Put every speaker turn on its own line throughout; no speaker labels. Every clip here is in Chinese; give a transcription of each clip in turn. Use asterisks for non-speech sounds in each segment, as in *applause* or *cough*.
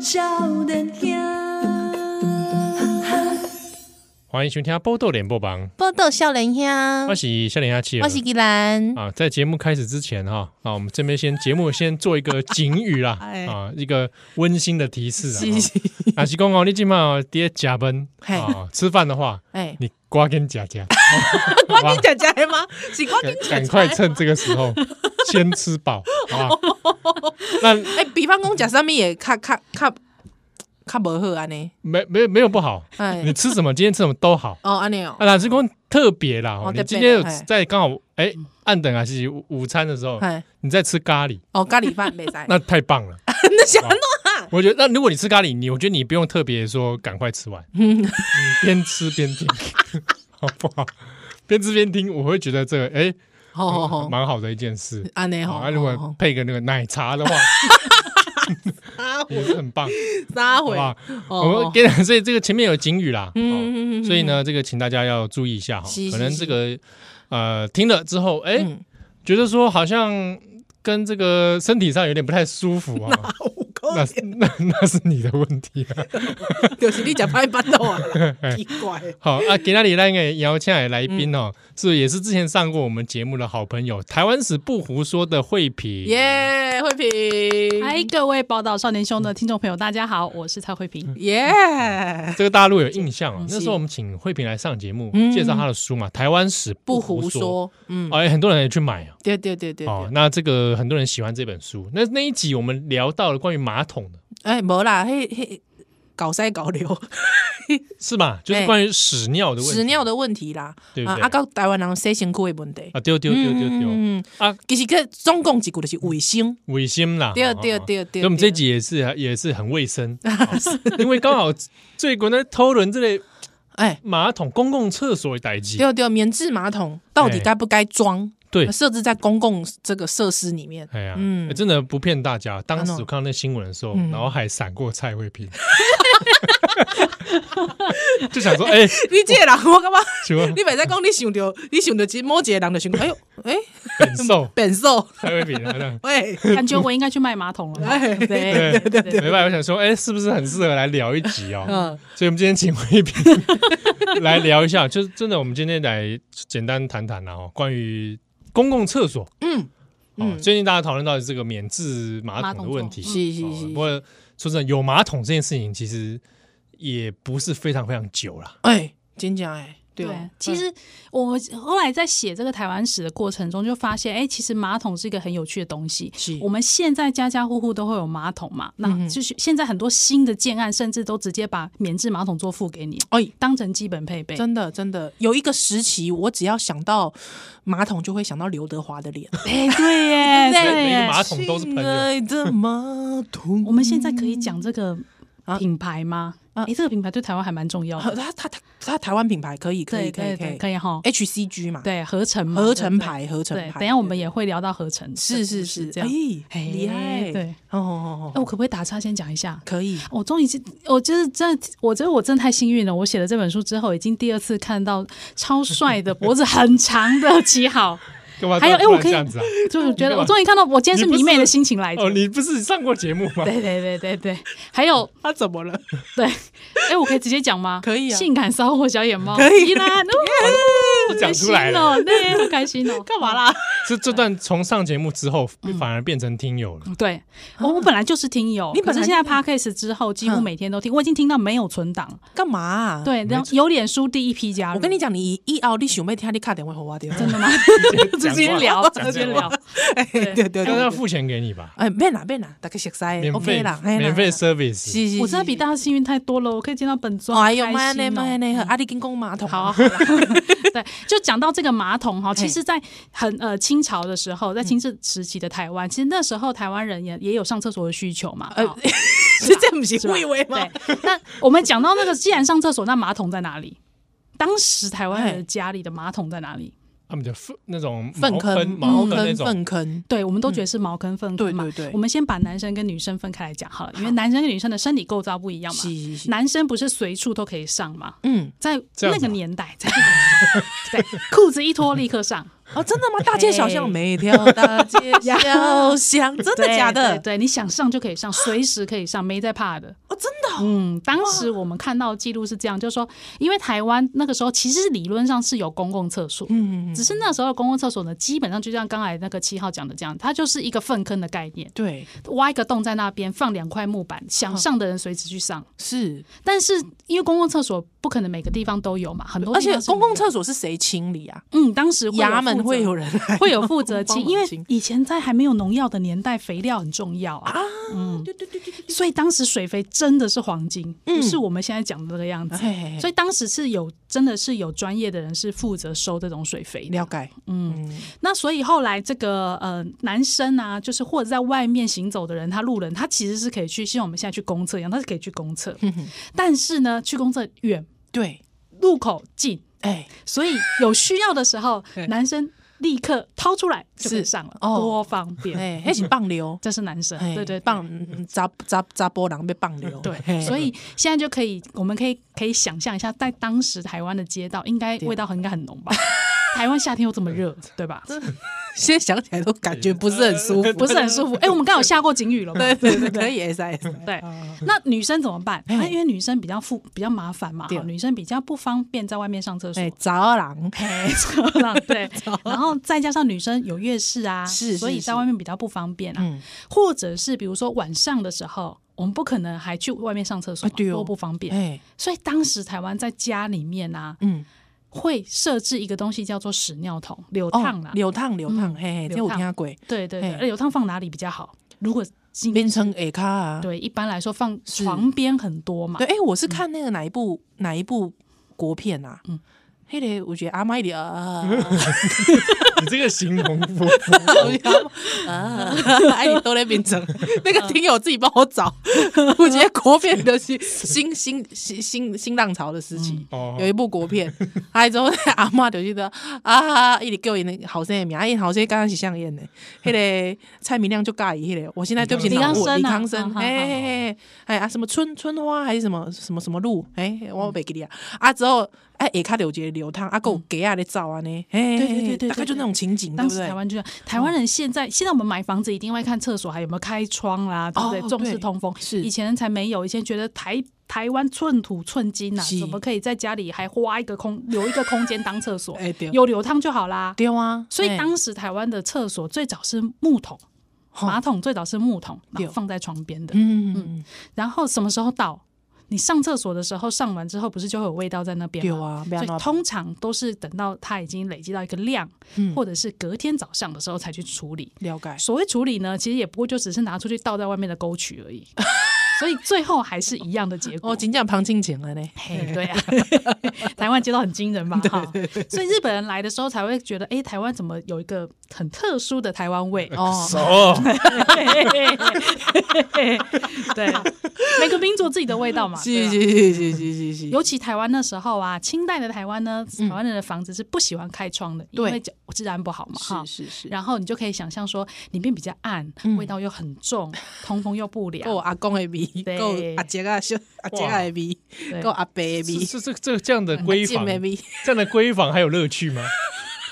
少年兄，
欢迎收听《波豆联播榜》，
波豆笑人兄，
我是笑脸阿七儿
嗯我是吉兰，
啊。在节目开始之前哈，啊，我们这边先节目 *laughs* 先做一个警语啦，
哎
啊，一个温馨的提示
是
啊。啊，是公哦，你今晚爹加班
嘿
啊，吃饭的话，
哎，
你瓜跟假
*laughs*
假，
光跟姐姐吗？是光跟
赶
姐姐
赶快趁这个时
*laughs*
候先吃饱，好吧？那
哎，比方讲，假上面也较较较较无好安尼，
没没没有不好，
哎
你，吃什么，今天吃什么都好。
哦安尼哦
啊，，老师公特别啦，
哦
哦你
特别嗯
今天有
嘿
在刚好哎暗等还是午午餐的时候，
哎，
你在吃咖喱，
哦咖喱饭没在，
那太棒了。
那想弄啊，
我觉得，那如果你吃咖喱，你我觉得你不用特别说赶快吃
*laughs*
完，你边吃边听，好不好？边吃边听，我会觉得这个哎，
好好好，
蛮好的一件事。
安尼
好，
好
啊，，如
吼
果
吼
配个那个奶茶
*laughs*
的话，
三
也
回
是很棒，
三
好
回，
吧？
啊哦
我们给，所以这个前面有警语啦，哦
嗯嗯嗯，
所以呢，这个请大家要注意一下哈
是，
可
是
能
是
这个呃听了之后，哎，
嗯，
觉得说好像跟这个身体上有点不太舒
*laughs*
服啊，那是那那是你的问题啊。
就是你食歹巴肚啊啦，奇怪，
好啊，给那里那个邀请来的来宾
嗯
哦，是也是之前上过我们节目的好朋友，台湾史不胡说的慧萍。
耶，慧萍，
嗨，各位宝岛少年兄的听众朋友，大家好，我是蔡慧萍。
耶，
这个大陆有印象啊，
嗯是
那时候我们请慧萍来上节目，
嗯
介绍她的书嘛，《台湾史
不
胡
胡》说，嗯，
哎，很多人也去买啊。
对对对对对
哦，。那这个很多人喜欢这本书。那那一集我们聊到了关于马桶的，
哎，无啦，迄迄搞塞搞流
是吧？就是
哎
关于屎尿的问题，
屎尿的问题啦，
对不
啊
对，
啊，到台湾人洗身躯的问题，
啊，丢丢丢丢丢
嗯，
啊，
其实个总共一句就是卫生，
违心啦。
对
哦
对。
哦
对
所
对，
以我们这集也是也是很卫
*laughs*
生，哦因为刚好最国那偷人这类
哎，
马桶、公共厕所的代际，
对对，免治马桶到底
哎
该不该装？
对，
设置在公共这个设施里面，
哎呀，
嗯
欸真的不骗大家，当时
啊喏
我看到那新闻的时候，
嗯
然后还闪过蔡慧
*laughs*
萍， *laughs* 就想说，哎，
你这个人我感觉 *laughs*
请问
你袂使讲你想到你想到某一个人就想到，哎呦，哎，
本寿
变瘦，
蔡慧萍啊，那
喂，
感觉我应该去卖马
*laughs*
桶了。
哎，
对
对
对对，
没办法，我想说，哎，是不是很适合来聊一集哦？
嗯，
所以，我们今天请慧萍 *laughs* 来聊一下，就是真的，我们今天来简单谈谈啦，哦，关于公共厕所，
嗯
哦，
嗯
最近大家讨论到这个免治马桶的问题，
马桶
是是
哦
是
不，过说真的，有马桶这件事情其实也不是非常非常久了。
哎，真正哎，对
对
哦，，
其实我后来在写这个台湾史的过程中，就发现，哎，其实马桶是一个很有趣的东西。
是嗯
我们现在家家户户都会有马桶嘛，那就是现在很多新的建案，甚至都直接把免治马桶做付给你，
哎。
当成基本配备。
真的真的有一个时期，我只要想到马桶，就会想到刘德华的
*laughs*
脸。
哎，对
*laughs* 对啊
耶，
每
对
个
耶。
马桶都是朋
亲
友，
爱的马桶，
我们现在可以讲这个
啊
品牌吗？
啊
哎，这个品牌对台湾还蛮重要
啊
的。
他他他他台湾品牌可 *laughs* 以可以
哦对
可以
对
可
对，
以
可以哈。
，HCG 嘛，，
对，合成嘛
合成。
对
牌合成
对，
牌。
等一下我们也会聊到合成。
是
这
是
个
是
这样。
哎，
嘿
厉害，
对，
哦哦
那
哦，
我可不可以打岔先讲一下？
可以，
我终于是，我就是真的，我觉得我真的太幸运了。我写了这本书之后，已经第二次看到超帅的脖子很长的齐好，
干嘛？
还有哎我可以
这样子啊？
就是觉得我终于看到，我今天是
你不
迷妹的
是
心情来着
哦，。你不是上过节目吗？
对对对对对，还有
他怎么了？
对，哎，我可以直接讲吗？
可以啊
性感骚货小野猫，
可以
依
*laughs*
兰，
都
哦
讲出来了
好开心哦，对，好开心哦，干嘛啦？
*laughs* 这这段从上节目之后，反而变成听友了。
对，我、我本来就是听友，
你
可
本来
是现在 podcast 之后，几乎
嗯
每天都听，我已经听到没有存档了。
干嘛？，啊
对，啊然后有脸书第一批加入，
我跟你讲，你一熬你想妹听你卡点会花掉，真的吗？
*laughs* 直接聊，直接聊，
*laughs* 对对对
刚刚要
对，
付钱给你吧，
哎，免啦免啦，大家熟悉
免
，OK
费
啦，哎嘿啦
免费，
是
service。
是是，
我真的比大家幸运太多了，我可以见到本尊，
哎呦
好
妈
开心
呢
哦 *laughs*
妈呢，阿里跟公马桶，
好
*laughs*
*laughs* 啊，好啊对，就讲到这个马桶哈，其实，在很呃清朝的时
嗯
候，在清治时期的台湾，其实那时候台湾人也也有上厕所的需求嘛。
呃
哦
*laughs* 是这样不行，
是吧
我以为嘛，
*laughs*
*laughs*
对，那我们讲到那个，既然上厕所，那马桶在哪里？当时台湾人
哎
的家里的马桶在哪里？
他们的粪那种
粪
茅
坑、
茅
茅
坑那
坑、
种
粪坑，
对，我们都觉得是茅坑粪
嗯对
坑嘛。
对对
我，们先把男生跟女生分开来讲好了，因为男生跟女生的生理构造不一样嘛。
是是是，
男生不是随处都可以上嘛？
嗯，
*laughs* 在
这样
那
子
个
啊
年代，在对裤子一脱立刻上，
*laughs* 哦，真的吗？大街小巷，
嘿
每条大街小巷，真的假 *laughs*
对
的？
对，你想上就可以上，随时可以上，没在怕的。
哦，真的哦，
嗯，当时我们看到的记录是这样，就是说，因为台湾那个时候其实理论上是有公共厕所，
嗯，
只是那时候的公共厕所呢，基本上就像刚才那个七号讲的这样，它就是一个粪坑的概念，
对，
挖一个洞在那边放两块木板，想上的人随时去上。
嗯是，
但是因为公共厕所不可能每个地方都有嘛，很多
而且
地方是没
公
有
共厕所是谁清理啊？
嗯，当时会有
衙门
负责
*laughs* 会有人来，
会有负责
帮
清，
忙
因为
清
以前在还没有农药的年代，肥料很重要啊。嗯，
对对对对对，
所以当时水肥真的是黄金，
嗯
不是我们现在讲的那个样子。
*laughs* 哎，
所
所
以当时是有真的是有专业的人是负责收这种水肥
以
的。
了解，
嗯，
嗯，
那所以后来这个呃男生啊，就是或者在外面行走的人，他路人，他其实是可以去，像我们现在去公厕一样，他是可以去公厕，
哼哼
但是呢，去公厕远，
对，
路口近，
哎，
所以有需要的时候
*laughs* 对，
男生立刻掏出来就可以
是
上了，
哦
多方便。
哎，那是棒流，
这是男生，
哎
对对，对
棒砸砸砸波浪被棒流，
对，
嘿
所以现在就可以，我们可以可以想象一下，在当时台湾的街道，应该
对
味道很应该很浓吧？ *laughs* 台湾夏天又这么热，对吧？
*laughs* 现在想起来都感觉不是很舒服，
*laughs* 不是很舒服。哎、我们刚好下过警雨了嘛？
*laughs* 对对对，可以 S S，
对。那女生怎么办？
哎
啊因为女生比较复比较麻烦嘛，
对
哈女生比较不方便在外面上厕所 *laughs*
哎，。砸狼，
车浪对，然后再加上女生有月事啊，
是是
所以在
是
外面比较不方便啊。
嗯，
或者是比如说晚上的时候，我们不可能还去外面上厕所嘛
哎，对哦
多不方便。
哎，
所以当时台湾在家里面啊，
嗯，
会设置一个东西叫做屎尿桶，流
哦
趟啦。
流烫流烫，
嗯
嘿嘿，
流
这我
淌
听过，
对对
嘿
对，流趟放哪里比较好？如果今
变成 A 卡啊，
对，一般来说放
是
床边很多嘛
对，。哎，我是看那个哪一部哪一部国片啊？嗯
嗯，
黑的，我觉得阿麦的啊，
你这个形容不
我觉得啊，哎，你都在变成那个听友自己帮我找，我觉得国片的新新新新新新浪潮的时期。
哦
有一部国片，还之后那阿嬷就记得啊，一直叫伊那后生的名，啊，伊后生刚刚是上演的，迄个蔡明亮就介意迄个，我现在对不起
李
脑
康
雾，
生啊
李康生，
好好
哎哎哎哎啊，什么春春花还是什么什么什么路，哎，我袂记得啊，啊之后哎，下骹就有一个流淌，啊，还有鸡啊咧走安尼，哎，
嗯对对对对对
大概就那种情景，对
当
不
时
对
台？湾就这样台湾人现在现在我们买房子一定会看厕所还有没有开窗啦，对不对？
哦
重视
对
通风，
是
以前人才没有，以前觉得台台湾寸土寸金呐、
是
怎么可以在家里还花一个空 *laughs* 留一个空间当厕所？
哎对
有流汤就好啦。
对啊，
所以
哎
当时台湾的厕所最早是木桶，
吼
马桶最早是木桶，
哦对
然后放在床边的。
嗯嗯
然后什么时候倒？你上厕所的时候上完之后，不是就会有味道在那边
对啊，
吗？
不要
所以
乱
通常都是等到它已经累积到一个量，
嗯
或者是隔天早上的时候才去处理。
了解，
所谓处理呢，其实也不过就只是拿出去倒在外面的沟渠
*laughs*
而已，所以最后还是一样的结果。
哦，真正旁听情了呢，
嘿，对啊， *laughs* 台湾街道很惊人吧？哈，所以日本人来的时候才会觉得，哎、台湾怎么有一个很特殊的台湾味？
哦，
哦，
嘿嘿嘿嘿嘿 *laughs* 对， *laughs* 每个民族自己的味道嘛。
*laughs* 是
啊对啊吧
是是是是是是，
尤其台湾那时候啊，清代的台湾呢，台湾人的房子是不喜欢开窗的，因
嗯对
为治安不好嘛，哈。
是是嗯是，
然后你就可以想象说，里面比较暗，味道又很重，通风又不良
够。阿公的味，
对
够阿杰啊小阿杰啊的味，
对
够阿伯的
这
味，
这这这这样的闺
进
房，
的味，
这样的闺房还有乐趣吗？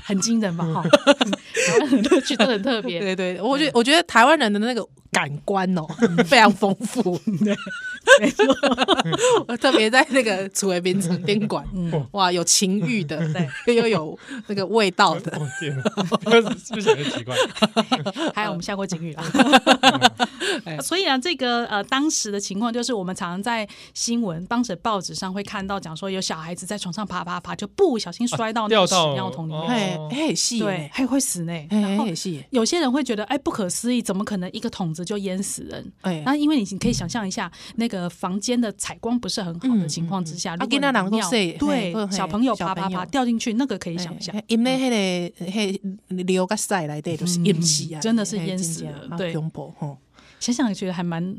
很惊人吧？
*laughs*
哈，台湾很乐趣真的很特别。
对对，我觉得我觉得台湾人的那个感官哦非常丰富，对，特别在那个楚围边城宾馆，哇，有情欲的，对，又有那个味道
*laughs* 我、
的，
哦天哪，是不是很奇怪？
还有我们下过警语啦。
嗯
*laughs*
哎
所以啊，这个呃，当时的情况就是，我们常常在新闻、当时报纸上会看到讲说，有小孩子在床上爬爬爬，就不小
啊
心摔到那
掉
个屎
到
尿桶里面
哦
去，
哎哎是耶，
对，还会死呢。
哎
然后
哎是耶，
有些人会觉得，哎，不可思议，怎么可能一个桶子就淹死人？
哎。
那因为你你可以想象一下，那个房间的采光不是很好的情况之下，
啊
如果
囡仔人
你
都
尿
小嘿都
对
嘿
小朋友
小
啪啪
朋友
啪掉进去，那个可以想象。
哎因为迄个迄流甲屎内底就是淹死啊，
嗯真的是
嘿
淹死
真
了
正啊
对
恐怖吼。
想想也觉得还蛮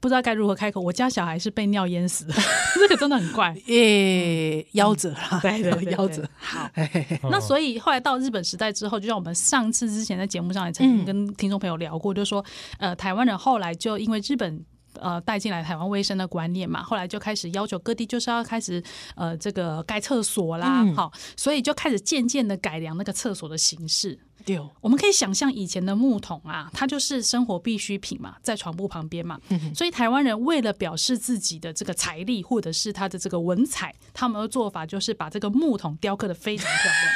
不知道该如何开口。我家小孩是被尿淹死的， *laughs* 这个真的很怪。
耶，夭折啦，
对对对对
夭折。
好，
嘿嘿嘿
那所以后来到日本时代之后，就像我们上次之前在节目上也曾经跟听众朋友聊过，就说呃，台湾人后来就因为日本。呃带进来台湾卫生的观念嘛，后来就开始要求各地就是要开始呃这个盖厕所啦，
嗯
好，所以就开始渐渐的改良那个厕所的形式。
丢
我们可以想象以前的木桶啊，它就是生活必需品嘛，在床铺旁边嘛，所以台湾人为了表示自己的这个财力或者是他的这个文采，他们的做法就是把这个木桶雕刻的非常漂亮。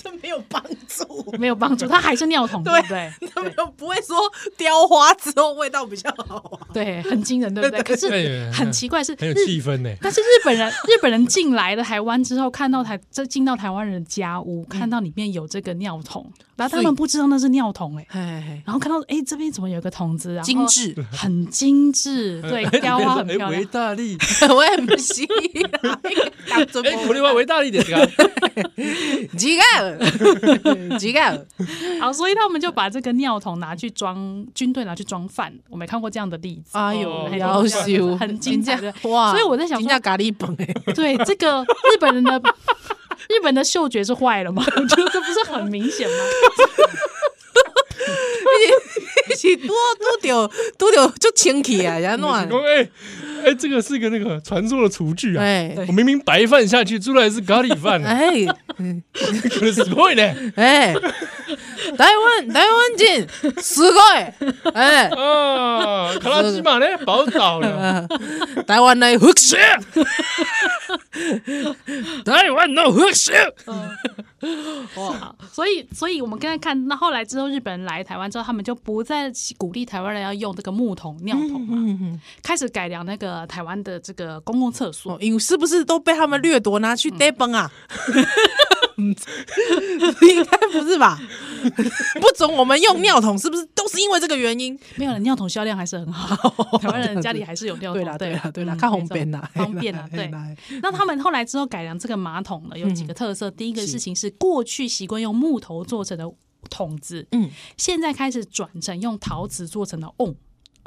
这没有帮助，
没有帮助，它还是尿桶，对不对？
他们又不会说雕花之后味道比较好 *laughs* 啊。
对，很惊人，对不对？
对
可是很奇怪是
很有
日
气氛呢。
但是日本人日本人进来了台湾之后，看到台这进到台湾人的家屋，看到里面有这个尿桶，然后
嗯
他
所以
们不知道那是尿桶哎、
哎，
然后看到哎、这边怎么有个桶子，然后
精，致， *laughs*
很
*laughs*
精致， *laughs* *laughs* 对，雕花很
哎
漂
维
亮。
大利，
我也不啊行 *laughs* 啦，当真
哎，苦力话维大利点啊，
几个， *laughs* 几个，
好，所以他们就把这个尿桶拿去装军队拿去装饭，我没看过这样的例子。
哎
哦
呦，要修，
很精彩
真
的
的哇！
所以我在想说
人家咖喱本哎，
对，这个日本人的日本的嗅觉是坏了吗？ *laughs* 我觉得这不是很明显吗？
是多多丢多丢就清气啊，人家
我
乱。
哎哎，这个是个那个传说的厨具啊。
哎
我明明白饭下去，出来是咖喱饭啊，
哎
*laughs* 可能是会呢。
哎，台湾台湾人すごい哎，
啊，卡拉基玛呢，宝岛
*laughs*
了，
台湾的福士，
台湾的和谐。
哦
*laughs*
好所以，所以我们刚才看，那后来之后，日本人来台湾之后，他们就不再鼓励台湾人要用这个木桶、尿桶
嗯
嘛，开始改良那个台湾的这个公共厕所。
哦因为是不是都被他们掠夺拿去逮崩啊？应该不是吧？不准我们用尿桶，是不是都是因为这个原因？
没有了，尿桶销量还是很
*laughs*
好，台湾人家里还是有尿桶。
对啦，对
对
啦，对啦，
嗯
看
没
红
错
边啦， *laughs* 哎
方便啦，
嘿
对。
啦
那他们后来之后改良这个马桶呢，有几个特色。第一个
嗯
事情是，过去习惯用木头做成的桶子，
嗯，
现在开始转成用陶瓷做成的瓮。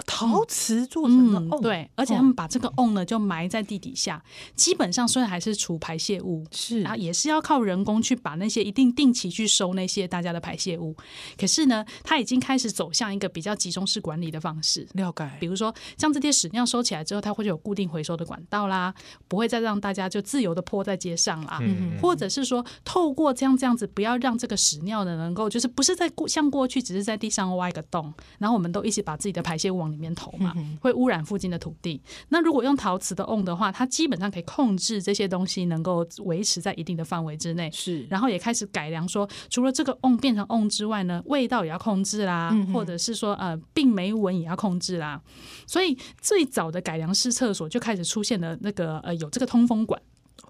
陶瓷做成的嗯瓮、
对，而且他们把这个瓮呢就埋在地底下，基本上虽然还是除排泄物。
是
然后也是要靠人工去把那些一定定期去收那些大家的排泄物，可是呢，它已经开始走向一个比较集中式管理的方式。
了解
比如说，像这些屎尿收起来之后，它会有固定回收的管道啦，不会再让大家就自由的泼在街上啦。
嗯
或者是说，透过这样这样子，不要让这个屎尿呢能够，就是不是在过像过去只是在地上挖一个洞，然后我们都一起把自己的排泄物往里面投嘛，会污染附近的土地。那如果用陶瓷的瓮的话，它基本上可以控制这些东西能够维持在一定的范围之内。
是
然后也开始改良说，除了这个瓮变成瓮之外呢，味道也要控制啦，或者是说呃病媒蚊也要控制啦。所以最早的改良式厕所就开始出现了那个呃有这个通风管，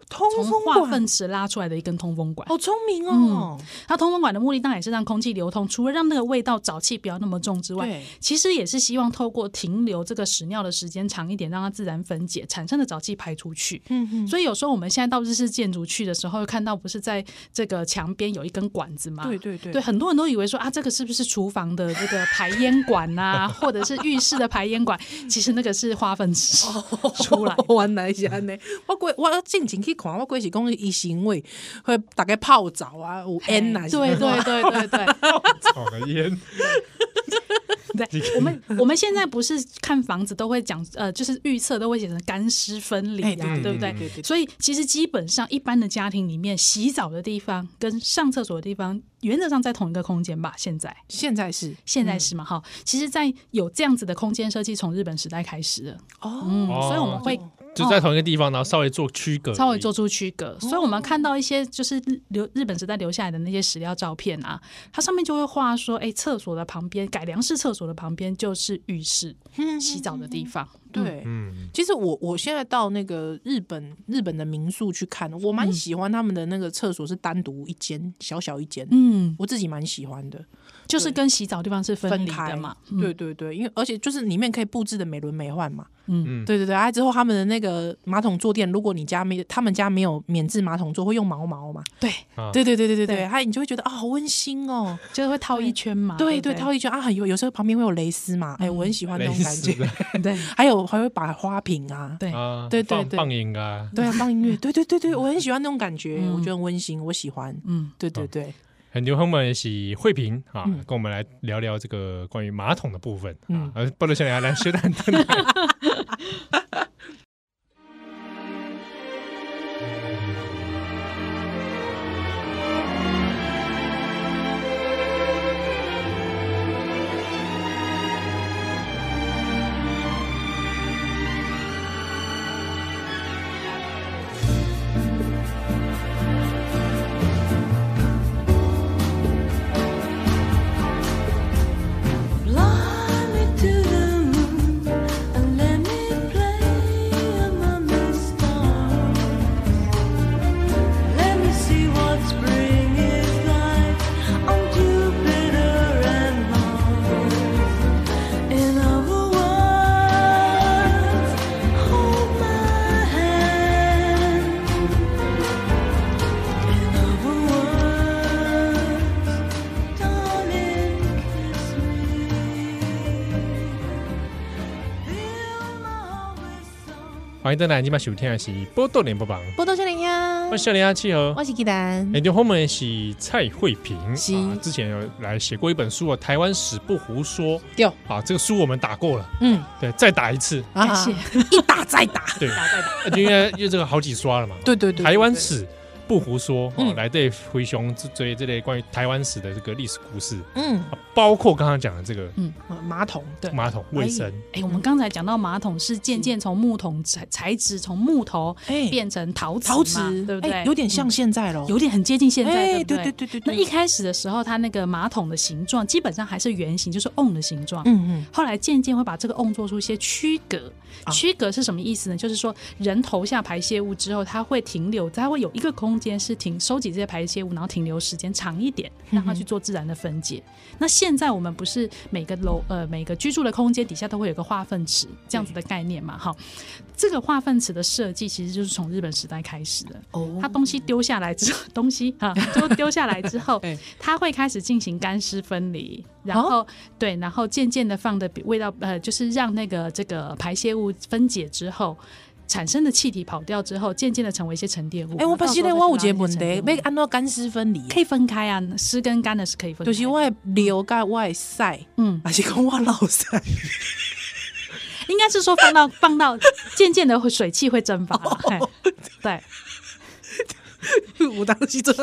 通
从
风
化
管，
粪池拉出来的一根通风管。
好聪明哦。
它通风管的目的当然也是让空气流通，除了让那个味道沼气不要那么重之外
对。
其实也是希望透过停留这个屎尿的时间长一点，让它自然分解，产生的沼气排出去。
嗯嗯，
所以有时候我们现在到日式建筑去的时候，会看到不是在这个墙边有一根管子吗？
对对嗯啊对， *laughs*
很多人都以为说啊，这个是不是厨房的这个排烟管呐、 *laughs* 或者是浴室的排烟管？其实那个是化粪池
哦
出来的。
原来是安尼，我过我进前去看，我过是讲伊行为会大概泡澡啊，有烟啊，
对 *laughs* 对对对对
草的
*laughs*
烟，
对，我们我们现在不是看房子都会讲呃，就是预测都会写成干湿分离
哎
啊，
对
嗯
对不对？
对对，
所以其实基本上一般的家庭里面，洗澡的地方跟上厕所的地方，原则上在同一个空间吧？现在
现在是
现在
嗯
是嘛？哈、其实，在有这样子的空间设计，从日本时代开始的，
哦，
嗯，所以我们会
就在同一个地方，然后稍微做区
哦
隔而已，
稍微做出区隔。所以我们看到一些就是日留日本时代留下来的那些史料照片啊，它上面就会画说，哎、厕所的旁边，改良式厕所的旁边就是浴室，洗澡的地方。
嗯对。
嗯，
其实我我现在到那个日本日本的民宿去看，我蛮喜欢他们的那个厕所是单独一间，小小一间，
嗯，
我自己蛮喜欢的，
就是跟洗澡地方是分
分
离
开
的嘛。嗯
对对对，因为而且就是里面可以布置的美轮美奂嘛，
嗯
对对对，啊之后他们的那个马桶坐垫，如果你家没他们家没有免治马桶座，会用毛毛嘛，
对，
啊
对对对对对对，
对
还你就会觉得啊、好温馨哦。
就是会套一圈嘛。
对
对
对，
不对，
套一圈啊，很有有时候旁边会有蕾丝嘛，哎，我很喜欢那
类
种感
似
觉。
的
对
还有还会摆花瓶啊，
对
*laughs* 啊，
*laughs* 对对
放
对
放映啊，
*laughs* 对啊，放音乐，对对对对，我很喜欢那种感觉，
嗯
我觉得很温馨，我喜欢。
嗯，
对对对，
很牛，我们是慧萍啊
嗯，
跟我们来聊聊这个关于马桶的部分
嗯
啊。呃不如先来来修蛋蛋。啊
Fly me to the moon and let me play among the stars. Let me see what spring is like on Jupiter and Mars. In other words, hold my hand. In other words, darling, kiss me. Fill my heart with *laughs* song.
欢迎登来，今晚收听的是《波多连播榜》，
波多少年呀
欢迎，笑脸阿七和。
我是鸡蛋
哎，对，后面是蔡慧萍
是
啊，之前有来写过一本书哦，《台湾史不胡说》
丢，
啊，这个书我们打过了，
嗯，
对，再打一次，
啊
感谢，
*laughs* 一打再打，
对，因为因为这个好几刷了嘛，
对对对，
台湾
对
史不胡说，哦
嗯，
来对回熊追追这类关于台湾史的这个历史故事，
嗯，
啊包括刚刚讲的这个
马桶对，
马桶卫生，
哎，我们刚才讲到马桶是渐渐从木桶材材质从木头
嗯哎
变成陶瓷嘛，
陶瓷
对不
哎
对？嗯
有点像现在咯。
有点很接近现在，
哎，
对不
对对对对
那
对，
一开始的时候，它那个马桶的形状基本上还是圆形，就是 on 的形状。
嗯嗯，
后来渐渐会把这个 on 做出一些区隔。
啊
区隔是什么意思呢？就是说人投下排泄物之后，它会停留，它会有一个空间是停收集这些排泄物，然后停留时间长一点，让
嗯
它去做自然的分解。那现在我们不是每个楼呃每个居住的空间底下都会有个化粪池这样子的概念嘛？哈，这个化粪池的设计其实就是从日本时代开始的。
哦
它东西丢下来之后，东西
*laughs*
啊，就丢下来之后
哎，
它会开始进行干湿分离，
哦
然后、对，然后渐渐的放的味道，呃，就是让那个这个排泄物分解之后。产生的气体跑掉之后，渐渐的成为一些沉淀物。
哎，我
那
发
到时
现
候
咧，
再
我有
去
一
把
个
那
问
些
题，
沉淀
要
物
安怎干湿分离？
可以分开啊，湿跟干的是可以分开
就
的。
是我的嗯流甲我的屎，
嗯，
还是讲我老屎？ *laughs*
应该是说放到放到渐渐的会水汽会蒸发
哦
了。嘿对，
有当时啊做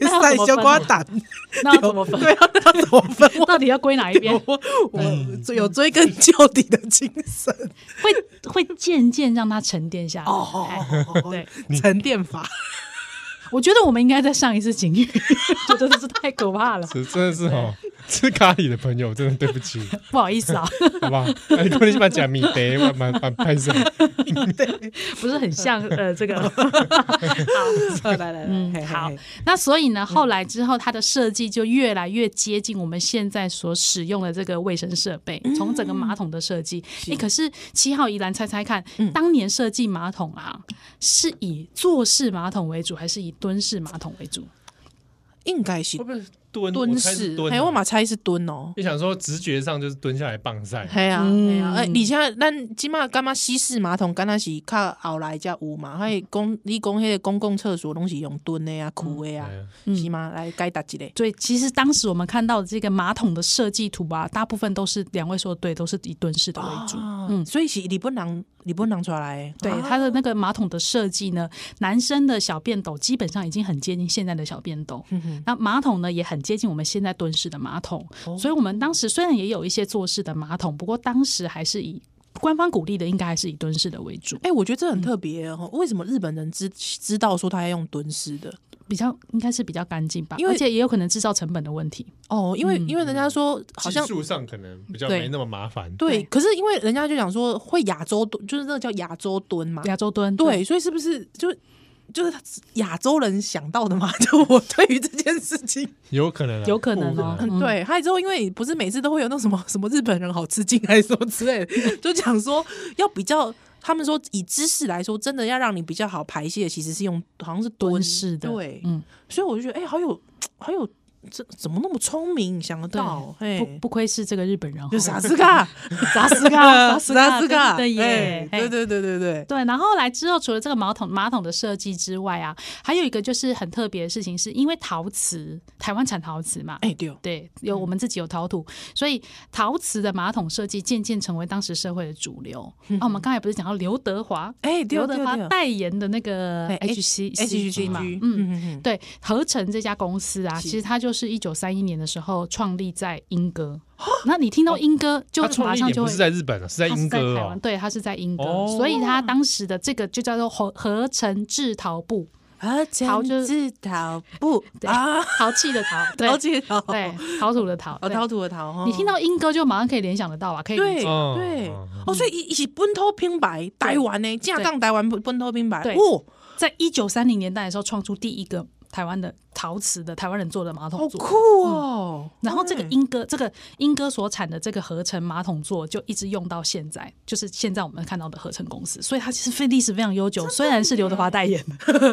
那要
屎
怎
小
么分啊
瓜蛋，
那要怎么分？
对啊，那要怎么分？
*laughs*
啊
到底要归哪一边？
我我有追根究底的精神
会会渐渐让它沉淀下来。
哦
嘿，对，
沉淀法。
我觉得我们应该再上一次警语， *laughs* 觉得这是太可怕了，
是真的是哦，吃咖喱的朋友真的对不起，
不好意思啊， *laughs*
好不好？哎如果你喜欢讲米德，慢慢慢拍手。
不是很像呃这个。
Oh,
来来来，
嗯
嘿嘿
好
嘿
那所以呢，后来之后它的设计就越来越接近我们现在所使用的这个卫生设备，从整个马桶的设计。哎、可是七号宜兰猜猜看，当年设计马桶啊，是以坐式马桶为主，还是以蹲式马桶为主？
应该是
会不会蹲
蹲
式
式，哎，我嘛猜是蹲哦。
你想说直觉上就是蹲下来棒晒，
系啊，
嗯
系啊，哎，而且咱即马感觉西式马桶，敢若是较后来才有嘛，迄公你讲迄个公共厕所拢是用蹲的啊、跍的啊，
哎
嗯
是吗？来解答一下。
所以其实当时我们看到的这个马桶的设计图啊，大部分都是两位说的对，都是以蹲式的为主。
嗯，所以是日本人日本人出来的，
对
啊
它的那个马桶的设计呢，男生的小便斗基本上已经很接近现在的小便斗，
嗯
那马桶呢也很接近我们现在蹲式的马桶，
哦
所以我们当时虽然也有一些坐式的马桶，不过当时还是以官方鼓励的应该还是以蹲式的为主，
哎、我觉得这很特别哦。为什么日本人知知道说他要用蹲式的？
比较应该是比较干净吧，
因为
而且也有可能制造成本的问题。
哦，因为、因为人家说好
技
像
术上可能比较
对
没那么麻烦。
对
对，
可是因为人家就讲说会亚洲蹲，就是那个叫亚洲蹲嘛。
亚洲蹲，
啊对，所以是不是就就是亚洲人想到的嘛？ *laughs* 就我对于这件事情，
有可能啊，
有可能哦
不可能啊
嗯
对，还有之后，因为不是每次都会有那种什么 *laughs* 什么日本人好吃惊还是什么之类的，就讲说要比较，他们说以知识来说，真的要让你比较好排泄，其实是用好像是蹲
蹲式的，
对，
嗯，
所以我就觉得，哎、好有好有这怎么那么聪明，想得到？
不
嘿，
不愧是这个日本人哦，
就傻子嘎，
*laughs* 扎
*laughs*
斯卡，
傻子嘎，
对耶
嘿，哎对对对对对，
对，然后来之后，除了这个马桶马桶的设计之外啊，还有一个就是很特别的事情，是因为陶瓷，台湾产陶瓷嘛，
哎对，
对，有我们自己有陶土，所以陶瓷的马桶设计渐渐成为当时社会的主流。啊，我们刚才不是讲到刘德华，
嗯哎对
刘
对
德华
对，
代言的那个
哎
HC
HCG
嘛，
嗯
嗯。
嗯嗯
对，合成这家公司啊，
是
其实它就是一九三一年的时候创立在英歌。
哦
那你听到英歌，就
他
马
创立
上
点
就
不
会
是在日本啊，是在
它
英
是
歌
台
哦
湾，。对，它是在英歌，
哦
所以它当时的这个就叫做合合成制陶布，
而
陶就
自陶不
对
啊，
陶器的陶，对
陶器陶，
对，陶土的陶，
哦，
对
陶土的陶哈，
你听到英歌就马上可以联想得到啊吧？可以理
对
解
嗯
对
嗯
哦，所以伊是本土品牌，台湾呢，正港台湾本土品牌，
对
哦，
在一九三零年代的时候创出第一个台湾的陶瓷的台湾人做的马桶
好
座，
酷哦。
然后这个
哎
英歌这个英歌所产的这个合成马桶座就一直用到现在，就是现在我们看到的合成公司，所以它其实非历史非常悠久，虽然是刘德华代言的，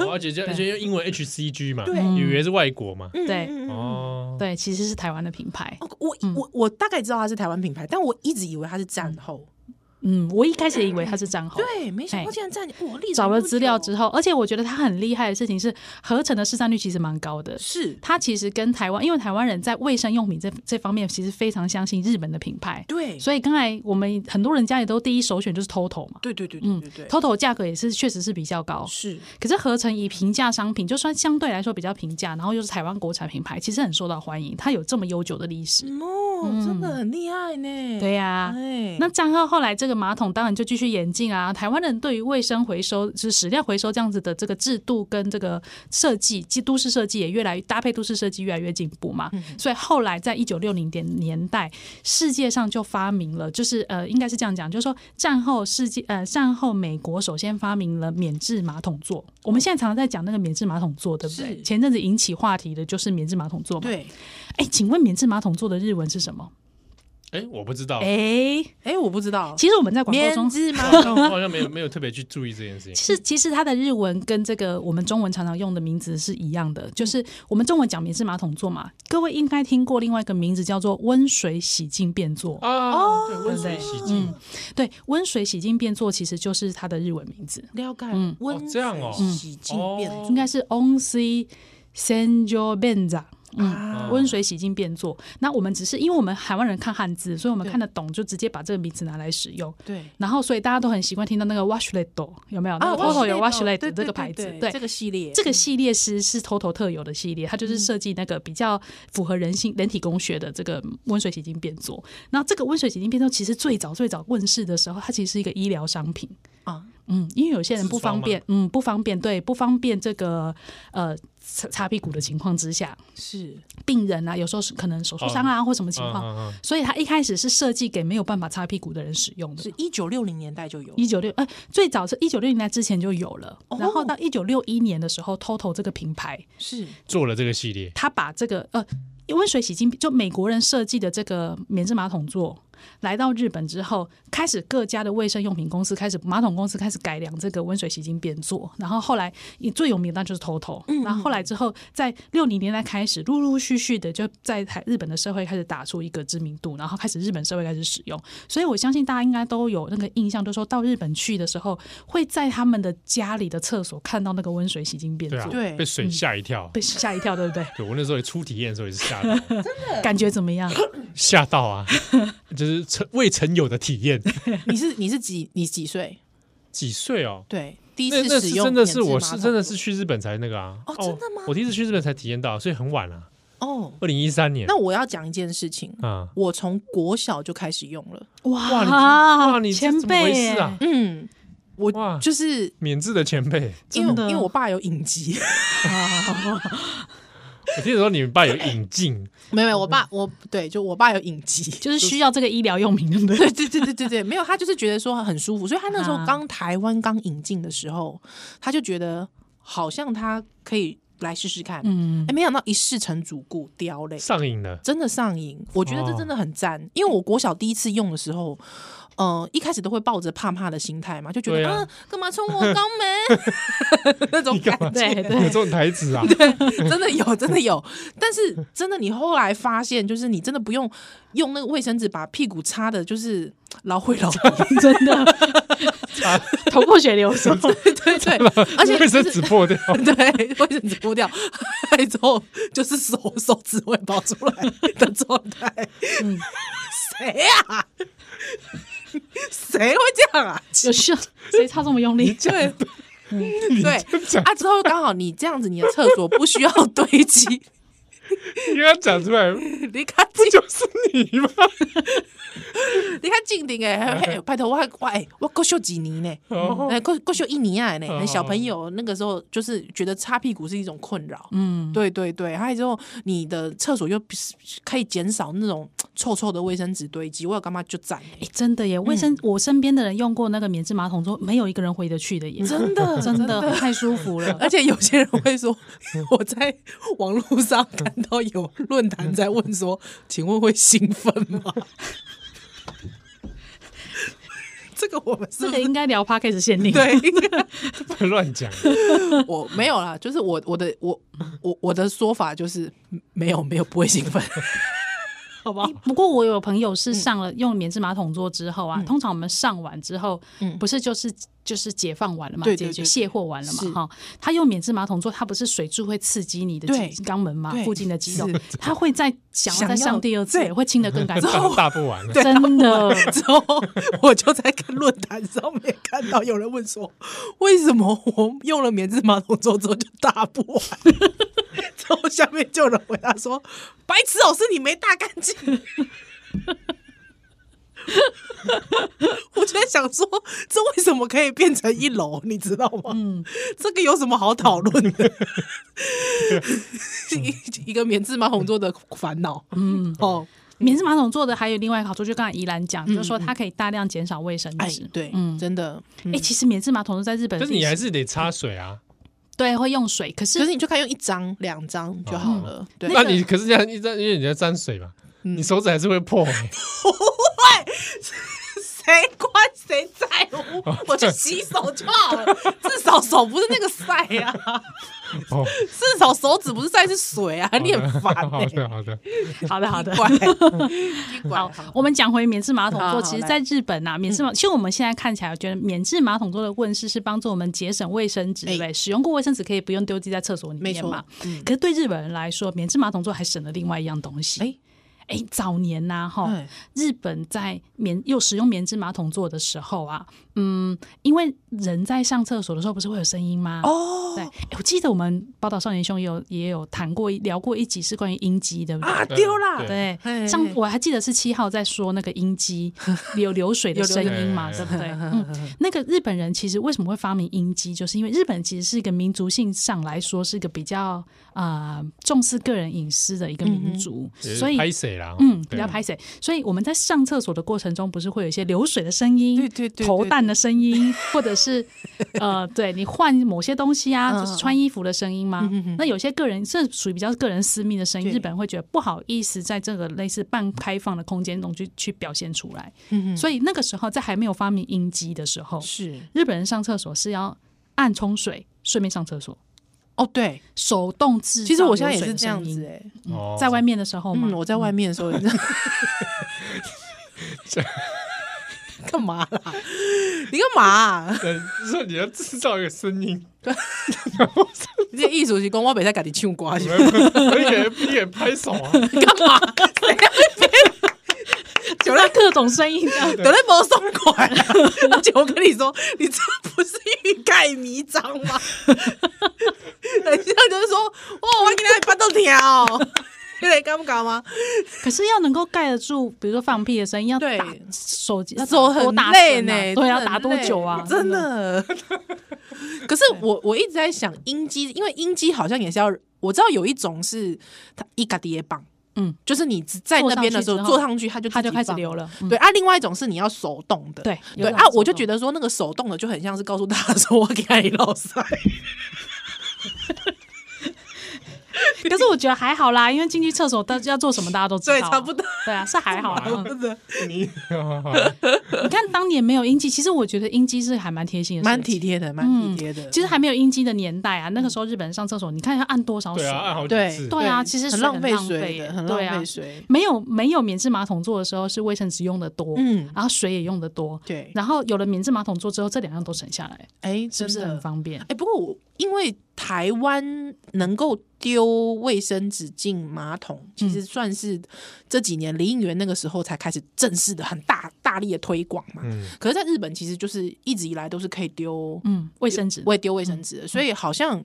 哦而且就而且用英文 HCG 嘛，
对
以为是外国嘛。
对
嗯
嗯
嗯嗯
哦，
对，其实是台湾的品牌。
哦我我我大概知道它是台湾品牌，但我一直以为它是战后。
嗯，我一开始也以为它是张豪。
对，没想到
哎
竟然战哇，历史
找了
悠久
资料之后，而且我觉得它很厉害的事情是，合成的市占率其实蛮高的。
是，
它其实跟台湾，因为台湾人在卫生用品这这方面其实非常相信日本的品牌，
对，
所以刚才我们很多人家里都第一首选就是 TOTO 嘛
对对对对
嗯
对对，
，TOTO 价格也是确实是比较高。
是
可是合成以平价商品，就算相对来说比较平价，然后又是台湾国产品牌，其实很受到欢迎。它有这么悠久的历史，
哦，真的很厉害呢。
嗯对呀、
哎，
那账号后来这个马桶当然就继续演进啊。台湾人对于卫生回收、就是史料回收这样子的这个制度跟这个设计，即都市设计也越来越搭配都市设计越来越进步嘛。
嗯
所以后来在一九六零年年代，世界上就发明了，就是呃，应该是这样讲，就是说战后世界呃战后美国首先发明了免治马桶座。我们现在常常在讲那个免治马桶座，对不对
是？
前阵子引起话题的就是免治马桶座嘛。，
对，
哎，请问免治马桶座的日文是什么？
哎，我不知道，
哎，
哎，我不知道，
其实我们在广告中
棉质吗？
*laughs*
我好像没有没有特别去注意这件事情。
其实，其实它的日文跟这个我们中文常常用的名字是一样的，就是我们中文讲免治马桶座嘛，各位应该听过另外一个名字叫做温水洗净便座。
哦
嗯
啊，对，温水
嗯
洗净，
对，温水洗净便座其实就是它的日文名字，
了解
嗯，
温
哦这样
水
哦
洗净
嗯
变
哦
应该是 onsi senjo benza。
啊
嗯，温水洗净便座。那我们只是因为我们台湾人看汉字，所以我们
对
看得懂，就直接把这个名字拿来使用。
对
然后，所以大家都很习惯听到那个 washlet 有没有？
啊
那个 Toto 有 washlet 这个牌子，啊对
这，个系列，
这个系列是是 Toto 特有的系列，它
嗯
就是设计那个比较符合人性、人体工学的这个温水洗净便座。那这个温水洗净便座其实最早最早问世的时候，它其实是一个医疗商品
啊。
嗯，因为有些人不方便，嗯，不方便，对，不方便这个呃擦擦屁股的情况之下，
是
病人啊，有时候是可能手受伤啊、或什么情
嗯
况，
嗯嗯
所以它一开始是设计给没有办法擦屁股的人使用的
是。一九六零年代就有，
一九六呃，最早是一九六零年代之前就有了，
哦
然后到一九六一年的时候，TOTO 这个品牌
是
做了这个系列，
他把这个呃温水洗净就美国人设计的这个免治马桶座，来到日本之后，开始各家的卫生用品公司开始马桶公司开始改良这个温水洗净便座，然后后来以最有名的那就是 TOTO，然后后来之后在六零年代开始，陆陆续续的就在台日本的社会开始打出一个知名度，然后开始日本社会开始使用，所以我相信大家应该都有那个印象，就是说到日本去的时候，会在他们的家里的厕所看到那个温水洗净便
对
座
啊，，
对
被水吓一跳。
被吓一跳，对不对？
对我那时候也初体验的时候也是吓
*laughs*
到，
感觉怎么样？
吓到啊，就是曾未曾有的体
*laughs*
验。
你是你是几你几岁？
几岁哦？
对，第一
那那
次
是
使用
真的是
免治
我
马
是
桶
真的是去日本才那个啊。
哦真的吗
我第一次去日本才体验到，所以很晚了、
哦。
二零一三年。
那我要讲一件事情，
啊，
我从国小就开始用了，
哇，你哇你这
前
怎么
辈
回
耶
事啊？
嗯，
哇
我就是
免治的前辈，
因为
嗯真的
因为我爸有影集， *laughs*
我听说你们爸有引进，
没有没有，我爸我对，就我爸有影集。
嗯就是需要这个医疗用品，对不对？
对对对对对对，没有，他就是觉得说很舒服，所以他那时候
啊
刚台湾刚引进的时候，他就觉得好像他可以来试试看，
嗯
哎，没想到一试成主顾，雕嘞，
上瘾了。
*laughs* 真的上瘾，我觉得这
哦
真的很赞。因为我国小第一次用的时候，呃一开始都会抱着怕怕的心态嘛，就觉
对
得
啊
啊干嘛冲我肛门 *laughs* 那种感觉，
对对
有这种台词
*laughs*
啊，
真的有，真的有。但是真的，你后来发现，就是你真的不用用那个卫生纸把屁股擦的，就是老会老回，
真的，头破血流是吗？
*laughs*
*laughs*
对对，而
*laughs*
且
卫生
就是
纸破
*laughs*
掉，
对，卫生纸剥掉， *laughs* 之后就是手手指会爆出来的状态。谁呀、谁会这样啊？
有需要谁擦这么用力？
对
*laughs* 你
对
这讲，
*laughs* 啊，之后刚好你这样子，你的厕所不需要堆积，
你刚讲出来，
你看
不就是你
*laughs*
吗？
你看静鼎哎，嘿拜托我还我哎，我够秀几年呢？
哦
哎，够够秀一年啊呢！
哦
很小朋友那个时候就是觉得擦屁股是一种困扰，
嗯，
对对对，还有之后你的厕所又不是可以减少那种臭臭的卫生纸堆积，我有干嘛就赞欸
诶哎真的耶，卫生、我身边的人用过那个免治马桶，说没有一个人回得去的耶，
真 *laughs* 的
真的哎太舒服 *laughs* 了。
而且有些人会说，我在网络上看到有论坛在问说，请问会兴奋吗？ *laughs* 这个我们是
这
不
个
是
应该聊 p a c a s 限定，，
对，
不能哦乱
*laughs*
讲，
我没有啦，就是我我的我我我的说法就是没有没有不会兴奋，好吧？
不过我有朋友
嗯
是上了、用免治马桶座之后啊，通常我们上完之后，
嗯
不是就是就是解放完了嘛，
对对
解决
对
卸货完了嘛
是，
哈、他用免治马桶座，他不是水柱会刺激你的
对
肌肛门嘛
对
附近的肌肉
是，
他会再想要
想
再
要
上第二次
对，哦
会清的更
*laughs*
干净。
大大不完了，
真的，
之后我就在看论坛上面看到有人问说，为什么我用了免治马桶之后之后就大不完？ *laughs* 之后下面就有人回答说，白痴哦，是你没大干净。 *laughs* 我就在想说，这为什么可以变成一楼？你知道吗？嗯，这个有什么好讨论的？ *laughs* 一一个免治马桶座的烦恼。嗯，哦，
免治马桶做的还有另外一个好处，就刚才怡兰讲，就是说它可以大量减少卫生
嗯哎
纸。，
对，
嗯，
真的，
哎，其实免治马桶座在日本
但是
历史，
你还是得擦水啊。
对会用水，可
可
是
是你就看用一张、两张就好了。对，嗯
那你可是这样一沾，因为你在沾水嘛，你手指还是会破
*laughs*
欸。
谁管谁在乎？ *laughs* 我去洗手就好了，至少手不是那个晒啊，
哦，
至少手指不是晒是水啊，你很烦
*laughs* 好
哎、欸。
的好的，嗯
好的好的，
怪， *laughs* 怪
好，我们讲回免治马桶
好
座，
好
其实
来嗯
在日本呐、免治马，其实我们现在看起来，我觉得免治马桶座的问世是帮助我们节省卫生纸，
哎
对不对？使用过卫生纸可以不用丢弃在厕所里
没
面
错嗯
嘛。可是对日本人来说，免治马桶座还省了另外一样东西。
哎
哎、早年呐、哈、
哎
日本在免又使用棉质马桶座的时候啊，嗯，因为人在上厕所的时候不是会有声音吗？哦，对，哎我记得我们《宝岛少年兄》也有也有谈过一聊过一集是关于音机，对不对？
啊，丢啦！
对
嘿，
像
嘿
我还记得是七号在说那个音机流流水的声音嘛，
有
对
流水
不对？嗯，那个日本人其实为什么会发明音机，就是因为日本其实是一个民族性上来说是一个比较呃重视个人隐私的一个民族，所以
拍水啦，
嗯，比
对
较拍谁，所以我们在上厕所的过程中，不是会有一些流水的声音，
对对对
投
对
弹的声音，或者是呃，对你换某些东西
嗯
啊，就是穿衣服的声音吗？那有些个人这属于比较个人私密的声音，
对
日本人会觉得不好意思在这个类似半开放的空间中去去表现出来。所以那个时候，在还没有发明音机的时候，
嗯是
日本人上厕所是要按冲水，顺便上厕所，
哦，对，
手动制。
其实我现在也是这样子，哎、
哦
嗯在外面的时候嘛，
嗯，我在外面的时候也 *laughs* 是，干嘛啦？你干嘛啊、 *laughs*
呃就是说你要制造一个声音，
你这艺术是讲我没在跟你唱歌是
你
吗？
也你也拍手啊，
*laughs*
有了各种声音这样。
德雷摩送过来了，而且 *laughs* 我跟你说，你这不是欲盖弥彰吗？ *laughs* 很像就是说，哇，我给你发豆条， *laughs* 有点尴尬吗？
可是要能够盖得住，比如说放屁的声音，要
对
打手机要打
手
多
很
大
累
声啊
呢，
对，
真的
要
很
打多久啊
累？真的。 *laughs* 可是我我一直在想音机，因为音机好像也是要，我知道有一种是它一嘎跌棒，
嗯，
就是你只在那边的时候
坐
坐
上
上去，它就
它就
自己
开始
放
流了。嗯
对啊，另外一种是你要手动的，
对有
对
的
啊，我就
手动
觉得说那个手动的就很像是告诉大家说我给你老塞，
可是我觉得还好啦，因为进去厕所大要做什么大家都知道啊，
对差不多
对啊，是还好啦。嗯
真的
你 *laughs* 哦好好
你看当年没有音机，其实我觉得音机是还蛮贴心的，
蛮体。贴的，蛮体贴的。
嗯
嗯
其实还没有音机的年代啊，那个时候日本人上厕所，你看要按多少水
对啊，按好几
哦对
次，
对啊，其实
很
水
浪费
费
水
耶
的，很浪
对啊
费。水。
没有没有免治马桶座的时候，是卫生纸用的多，
嗯
然后水也用的多，
对，
然后有了免治马桶座之后，这两样都省下来，
哎，
是
真
不是很
的。
方便？
哎，不过我因为台湾能够丢卫生纸进马桶，其
嗯
实算是这几年林应元那个时候才开始正式的很大大力的推广嘛。
嗯，
可是，在日本其实就是一直以来都是可以丢
嗯，卫生纸，
会丢卫生纸的，嗯所以好像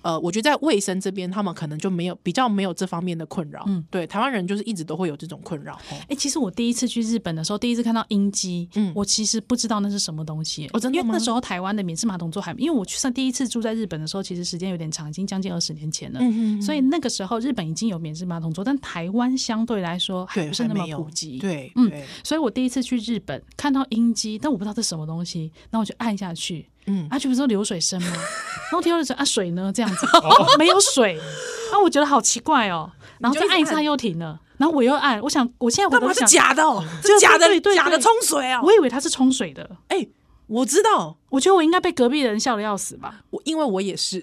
呃，我觉得在卫生这边，他们可能就没有比较没有这方面的困扰。
嗯
对，台湾人就是一直都会有这种困扰。哦
哎、其实我第一次去日本的时候，第一次看到音机，
嗯
我其实不知道那是什么东西、
哦真的
因为那
吗
时候台湾的免治马桶座还，因为我去上第一次住在日本的时候，其实时间有点长，已经将近二十年前了。
嗯
所以那个时候，日本已经有免治马桶座，但台湾相对来说还
对，
不是那
还
么
没有
普及。，
对，
嗯
对，
所以我第一次去日本看到音机，但我不知道这是什么东西，然后我就按下去，
嗯，
啊，就不是流水声吗？ *laughs* 然后听到就说啊水呢这样子，哦没有水，啊我觉得好奇怪哦，然后
你
再
就一直
按一下
按
又停了，然后我又按，我想我现在回
干
头
嘛是
想，
假的哦？
对
是 *laughs* 假
对
的
对
假的
对
冲水啊！
我以为它是冲水的，
哎，我知道，
我觉得我应该被隔壁的人笑的要死吧？
我因为我也是， *laughs*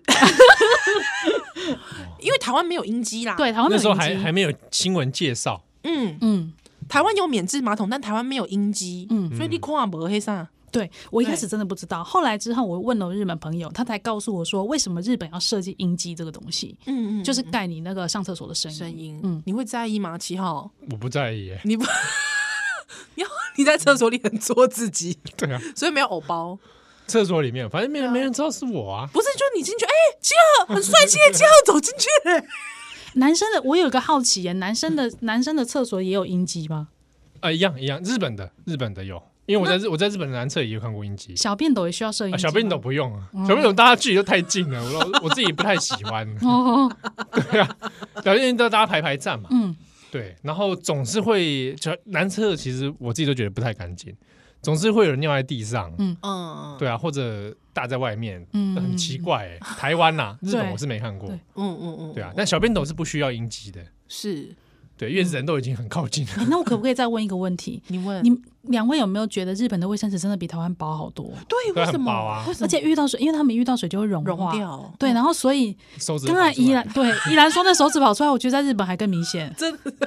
因为台湾没有音机啦。，
对，台湾
那
没有
时候
影
还
集
还没有新闻介绍，
嗯，
嗯，
台湾有免治马桶，但台湾没有音机，嗯，所以你看不黑啥。
对我一开始真的不知道，后来之后我问了日本朋友，他才告诉我说为什么日本要设计音机这个东西，
嗯嗯，
就是盖你那个上厕所的声音。
声音，
嗯
嗯，你会在意吗？七号，
我不在
*laughs*
意耶，
你不， *laughs* 你要你在厕所里很做自己，
对啊，
所以没有偶包，
厕所里面，反正没人没人知道是我啊，
不是就你进去，哎、七号很帅气的七号走进去了、
男生的我有一个好奇耶，男生
嗯
的男生的厕所也有音机吗？
啊一样一样，日本的日本的有，因为我在日我在日本的男厕也有看过音机。
小便斗也需要设音
啊，
机、
小便斗。不用啊，小便斗大家距离都太近了，我我自己不太喜
*laughs*
欢。
哦，
小便斗大家排排站嘛，
嗯，
对，然后总是会，就男厕其实我自己都觉得不太干净，总是会有人尿在地上，
嗯，
对啊，或者大在外面，
嗯
很奇怪、欸。台湾呐、日本
对
我是没看过，
对
嗯嗯嗯，
对啊，但小便斗是不需要阴机的，
是
对，因为人都已经很靠近 *laughs*
嗯
了。
哎那我可不可以再问一个问题？
你问
你两位有没有觉得日本的卫生纸真的比台湾薄好多？
对，
对
为
很
什么？
薄啊
为什
而
么
且遇到水，因为他们遇到水就会融
融
化。
掉？嗯
对，然后所以
手指
当然依
啊
然对依然说那手指跑出来，我觉得在日本还更明显。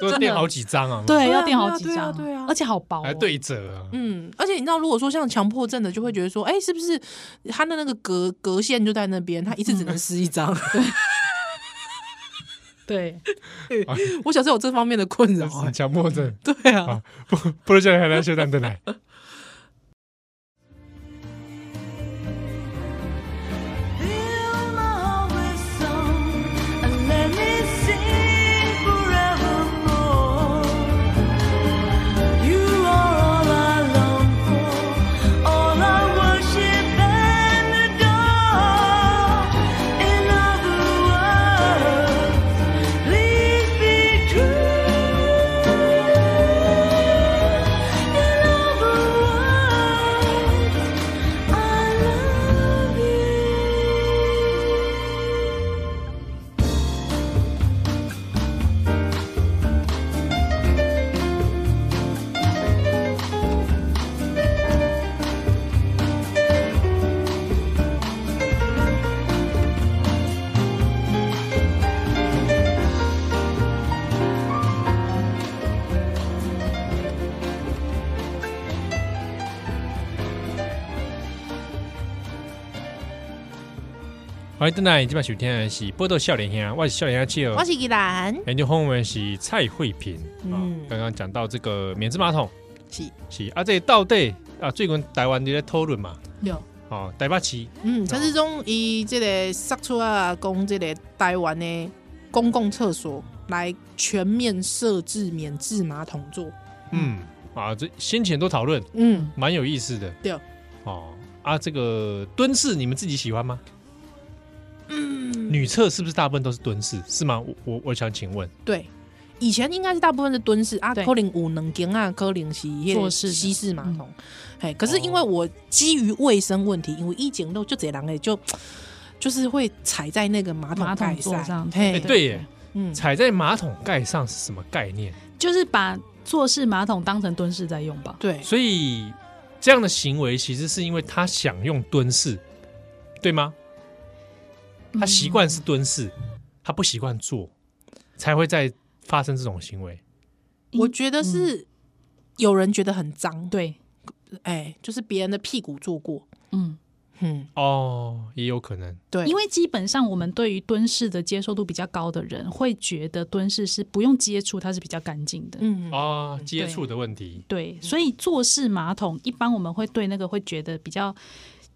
都垫好几张啊，
对，
对啊
要垫好几
对啊
张，
对啊对啊
而且好薄、
还
哦。
对折啊，
嗯，而且你知道，如果说像强迫症的，就会觉得说，哎、是不是他的那个隔隔线就在那边，他一次只能撕一张。
对，
我小时候有这方面的困扰、
很强迫症。
对啊，
啊不，不如叫海南修蛋的来。
Fill my heart with song and let me sing forevermore. You are all I long for, all I worship and adore. In other words, please be true. In other words, I love you.
好，邓奶，今晚收听的是《波豆笑脸兄》，我是笑脸兄七
我
儿，
是依兰，
研究后面是蔡慧萍。嗯
嗯，
刚刚讲到这个免治马桶
是
是啊，这个到底啊，最近台湾在咧讨论嘛，
有
哦，台北市
嗯，陈世忠以这个杀出啊，供这个台湾的公共厕所来全面设置免治马桶座。
嗯啊，这先前都讨论，
嗯，
蛮有意思的。
对
哦啊，这个蹲式你们自己喜欢吗？嗯，女厕是不是大部分都是蹲式？是吗？我我我想请问，
对，以前应该是大部分是蹲式啊，
对
柯林五能间啊，柯林是那个
坐式的嗯
西式马桶。哎、可是因为我基于卫生问题，因为一捡漏就这人哎，就就是会踩在那个马桶
马桶
盖
座上
嘿
哎、，对耶，
嗯
踩在马桶盖上是什么概念？
就是把坐式马桶当成蹲式在用吧。
对，
所以这样的行为其实是因为他想用蹲式，对吗？
嗯
他习惯是蹲式，他不习惯坐，才会在发生这种行为。
嗯
我觉得是有人觉得很脏，
对，
哎，就是别人的屁股坐过，
嗯，
嗯，
哦，也有可能。
对，
因为基本上我们对于蹲式的接受度比较高的人，会觉得蹲式是不用接触，它是比较干净的。
嗯，
哦，接触的问题，
对，所以坐式马桶一般我们会对那个会觉得比较，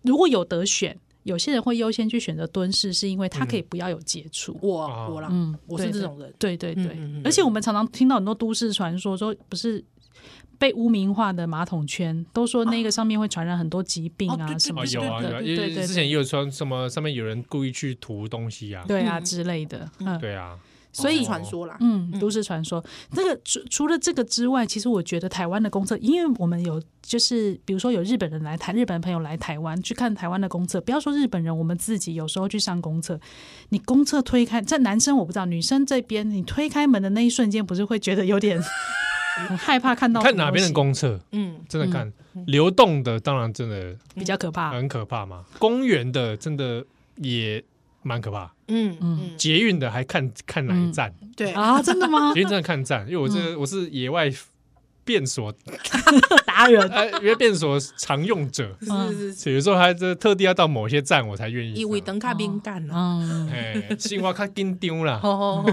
如果有得选，有些人会优先去选择蹲式，是因为它可以不要有接触。
我我啦，
嗯
啊我是
对
这种人，
对对对，
嗯嗯嗯
而且我们常常听到很多都市传说，说不是被污名化的马桶圈，都说那个上面会传染很多疾病
哦对
啊
对
什么
哦，
对
有啊有啊，
对
因
对
为
对对
之前也有说什么上面有人故意去涂东西啊，
对啊
嗯
之类的，嗯，
对啊，
所以
哦
传说啦，
嗯，都市传说。这个除除了这个之外，其实我觉得台湾的公厕，因为我们有就是比如说有日本人来台，日本朋友来台湾去看台湾的公厕，不要说日本人，我们自己有时候去上公厕，你公厕推开，这男生我不知道，女生这边你推开门的那一瞬间，不是会觉得有点很害怕看到
看
什么
哪边的
东西
公厕，
嗯，啊
真的看流动的，当然真的
比较
*laughs*
可怕？
很可怕嘛。公园的真的也蛮可怕，
嗯嗯
嗯，
捷运的还看看哪一站，
对，
啊，真的吗
*laughs* 捷？运真的看站，因为我
嗯
这我是野外便
*laughs*
所 *laughs*
达人，
呃，因为便所常用者，
嗯
是是是，
所以有时候还这特地要到某些站我才愿意。
以为，等卡敏感啦，
嗯，
哎，青蛙看跟丢啦，
哦，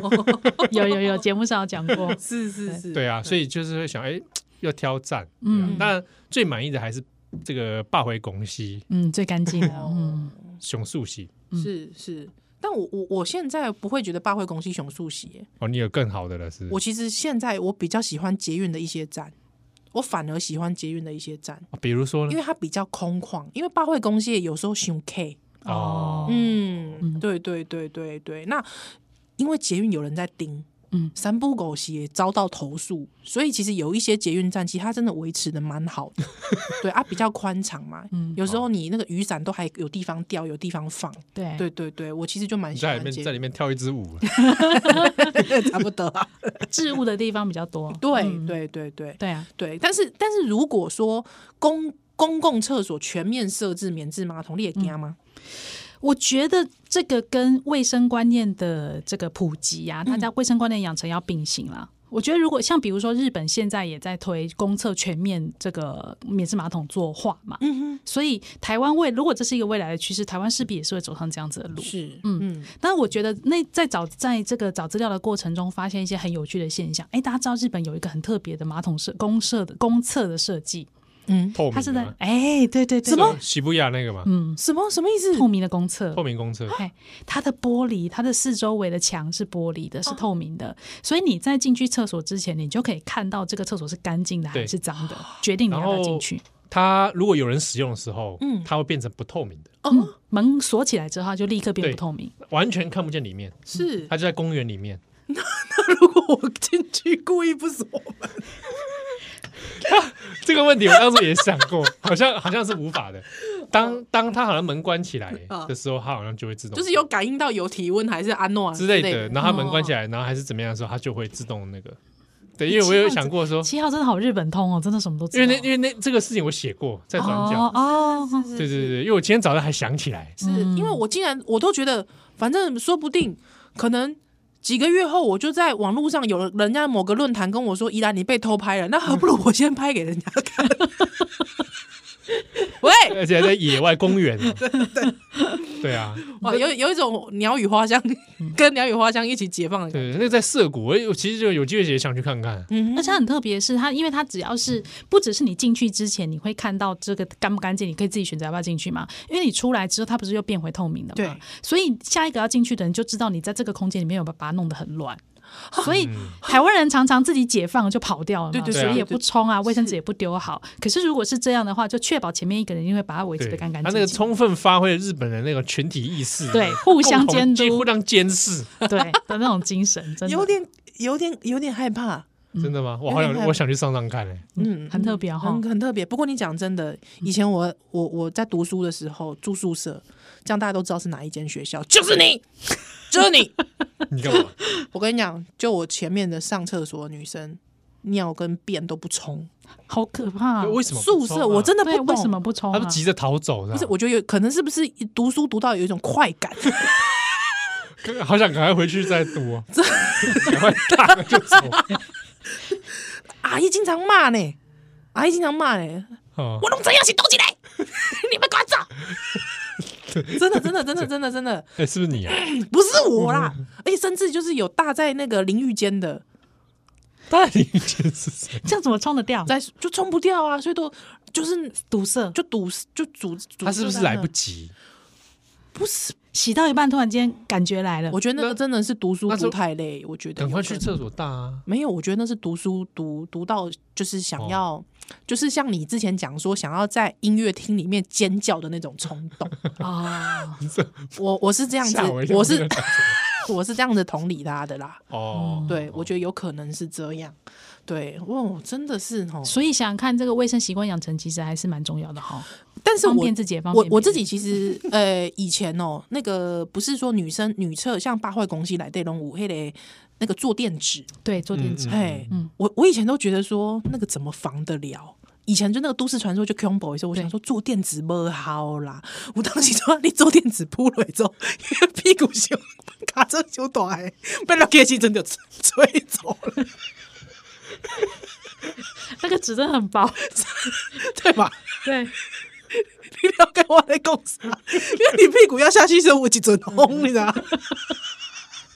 有有有，节目上有讲过，
是是是，
对啊，所以就是会想，哎、要挑战。嗯
嗯，
那最满意的还是这个霸回拱西
嗯，最干净了，嗯，
熊树喜
是是，但我我我现在不会觉得八会公西熊速喜耶，
哦，你有更好的了是不是？
我其实现在我比较喜欢捷运的一些站，我反而喜欢捷运的一些站，
哦比如说
因
呢，
为它比较空旷，因为八会公西有时候熊 K，
哦，
嗯，
嗯
对对对对对，那因为捷运有人在盯。
嗯
三不狗血也遭到投诉，所以其实有一些捷运站，其实它真的维持的蛮好
*laughs*
的，对啊，比较宽敞嘛。
嗯
有时候你那个雨伞都还有地方掉，有地方放。
对
对对对，我其实就蛮
你
喜
在里
欢
面
捷
在里面跳一支舞，
运， *laughs* 差不多啊。
*laughs* 置物的地方比较多，
对
嗯
对对对
对啊，
对，但是但是如果说公公共厕所全面设置免治马桶，你也惊吗？
嗯我觉得这个跟卫生观念的这个普及啊，大家卫生观念养成要并行啦。我觉得，如果像比如说日本现在也在推公厕全面这个免治马桶作画嘛，
嗯哼，
所以台湾未如果这是一个未来的趋势，台湾势必也是会走上这样子的路。
是，嗯
嗯但是我觉得那在找在这个找资料的过程中，发现一些很有趣的现象。哎，大家知道日本有一个很特别的马桶设公设的公厕的设计，
嗯，
透明的吗，
它是在哎对对对，
什么
对
喜布亚那个嘛，
嗯
什么什么意思？
透明的公厕
透明公厕，
哎，它的玻璃，它的四周围的墙是玻璃的，是透明的，所以你在进去厕所之前，你就可以看到这个厕所是干净的
对
还是脏的，决定你要不要进去。
它如果有人使用的时候，
嗯
它会变成不透明的，
哦，
嗯门锁起来之后，它就立刻变
对
不透明。
完全看不见里面，
是。
它就在公园里面，
如果我进去故意不锁门，
这个问题我当时也想过， *laughs* 好像好像是无法的。当当它好像门关起
*laughs*
来
嗯
的时候，它好像就会自动
就是有感应到有体温还是安诺啊
之类
类
的，然后它门关起来，然后还是怎么样的时候，它就会自动那个。对，因为我有想过说，
七号真的好日本通哦，真的什么都知
哦因
道。
为那因为那这个事情我写过，在转角
哦。哦，
是
对对对，因为我今天早上还想起来，
是因为我竟然我都觉得，反正说不定可能几个月后，我就在网络上有了人家某个论坛跟我说：“依然你被偷拍了。”那何不如我先拍给人家看？ *laughs* 喂，
而且还在野外公园哦。对啊，
哇，有有一种鸟语花香，跟鸟语花香一起解放的感觉。
对，那个在涩谷，我我其实就有机会也想去看看。
嗯
而且它很特别的是，它因为它只要是不只是你进去之前你会看到这个干不干净，你可以自己选择要不要进去嘛。因为你出来之后，它不是又变回透明的嘛？
对。
所以下一个要进去的人就知道你在这个空间里面有把把它弄得很
*laughs*
乱。所以台湾人常常自己解放就跑掉了
嗯对
嘛，
对
对
水
对
也不冲啊，卫生纸也不丢好。可是如果是这样的话，就确保前面一个人一定会把它维持
对，
的干干
他那
净
个
*laughs* 净。
充分发挥了日本人那个群体意识，
对互相
共同
监督
互相监视。
对的那种精神，真的
有点有点有点害怕，
真的吗？我好
有点
想
害
我想去上上看哎，
嗯，
很特别哈
很很特别。不过你讲真的，
嗯
以前我我我在读书的时候住宿舍，这样大家都知道是哪一间学校，就是你，就是
*laughs*
你。
你干嘛？
我跟你讲，就我前面的上厕所的女生，尿跟便都不冲，
好可怕。
为什么不
宿
冲啊
舍我真的不
对，
懂
为什么不冲啊？
他们急着逃走的
不是，，我觉得有可能是不是读书读到有一种快感，
好想赶快回去再读啊，赶快打了就走。
阿姨经常骂呢，阿姨经常骂呢，
嗯
我弄怎样行动起来， *laughs* 你们管走， *laughs* 真的真的真的真的真的
*laughs* 哎，是不是你啊？
不是我啦，
嗯
而且甚至就是有搭在那个淋浴间的，
大林健是谁？
这样怎么冲得掉？
在就冲不掉啊，所以都就是
堵塞，
就堵就堵，堵
嗯他是不是
住在那
来不？及？
不是，
洗到一半，突然间感觉来了
我。觉得那个真的是读书
那
读
就
太累，我觉得
赶快
有可
去
能
厕所大啊！
没有，我觉得那是读书读读到就是想
哦
要，就是像你之前讲说想要在音乐厅里面尖叫的那种冲动。 *laughs* 哦
啊，
我我是这样子
吓我一，跳！
我是
真的
*laughs* 我是这样子同理他的啦。
哦，
对，我觉得有可能是这样。对，哦，真的是哦。
所以想想看，这个卫生习惯养成其实还是蛮重要的哈。
但是
方
我
便自己也方便
我
别人
我自己其实 *laughs* 呃以前哦，那个不是说女生女厕像八坏公司来对龙舞黑嘞，那个坐垫纸，
对，坐垫子
嗯
哎，
嗯
我我以前都觉得说那个怎么防得了？以前就那个都市传说就 combo 一下，我想说坐垫子不好啦， *laughs* 我当时说你坐垫子铺了之后，因为屁股修卡车修短 *laughs* 的，被那个气真的吹走了，嗯
那个纸真的很薄，
对吧？ *laughs*
对，
你了解我在讲啥？因为你屁股要下去的时候，我一阵风，你啊知道吗？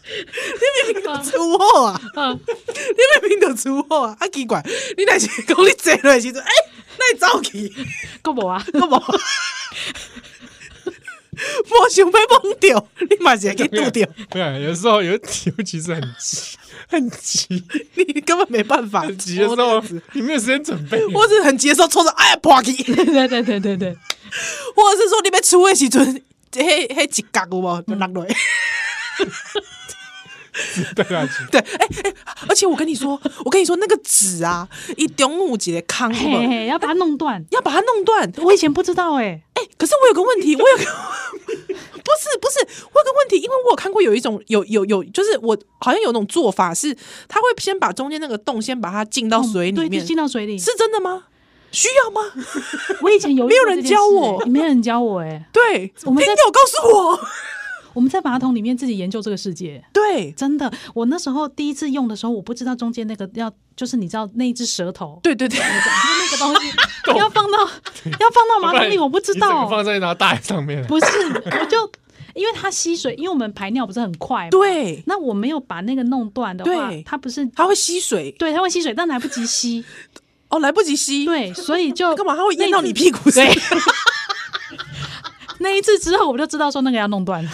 你明明就 *laughs* 出货啊！
嗯，
你明明就出货啊！啊奇怪，你若是讲你坐落的时阵，哎、那你走去。
够不啊？
干嘛？ *laughs* 我想要懵掉，你嘛是会去拄掉，
对啊，有时候有尤其是很急， *laughs* 很急，
你根本没办法。
很急的时候，你没有时间准备。
我只是很急的时候冲着哎呀破去， *laughs*
对对对对对，
或者是说你要出的时阵，迄迄一角有无就落落。
对啊，急
*laughs* 对，哎、哎、而且我跟你说，我跟你说那个纸啊，一中午一个坑，有
*laughs* 嘿
*laughs*
没有
嘿，要把它弄断。
要把它弄断。
我以前不知道哎，
哎、可是我有个问题，我有个 *laughs* 不是不是，我有个问题，因为我有看过有一种有有有，就是我好像有种做法是，他会先把中间那个洞先把它浸到水里
哦对，
面，
就进到水里。
是真的吗？需要
*laughs*
吗？
我以前有
没有人教我
没有人教我哎，
对，
我们
听
在
友告诉
*laughs*
我，
我们在马桶里面自己研究这个世界。
对
真的，我那时候第一次用的时候，我不知道中间那个要，就是你知道那一只舌头，
对对对，
*laughs* 那个
*laughs*
东西要放到要放到马桶里，我不知
你整个
道。
放在那大上面，
不是，我就因为它吸水，因为我们排尿不是很快嘛，
对，
那我没有把那个弄断的话
对，
它不是
它会吸水
对它会吸水，但来不及吸，
哦，来不及吸，，
对，所以就
干嘛？它会淹到你
那一次
屁股上
*laughs* 对。那一次之后，我就知道说那个要
*laughs*
弄断了，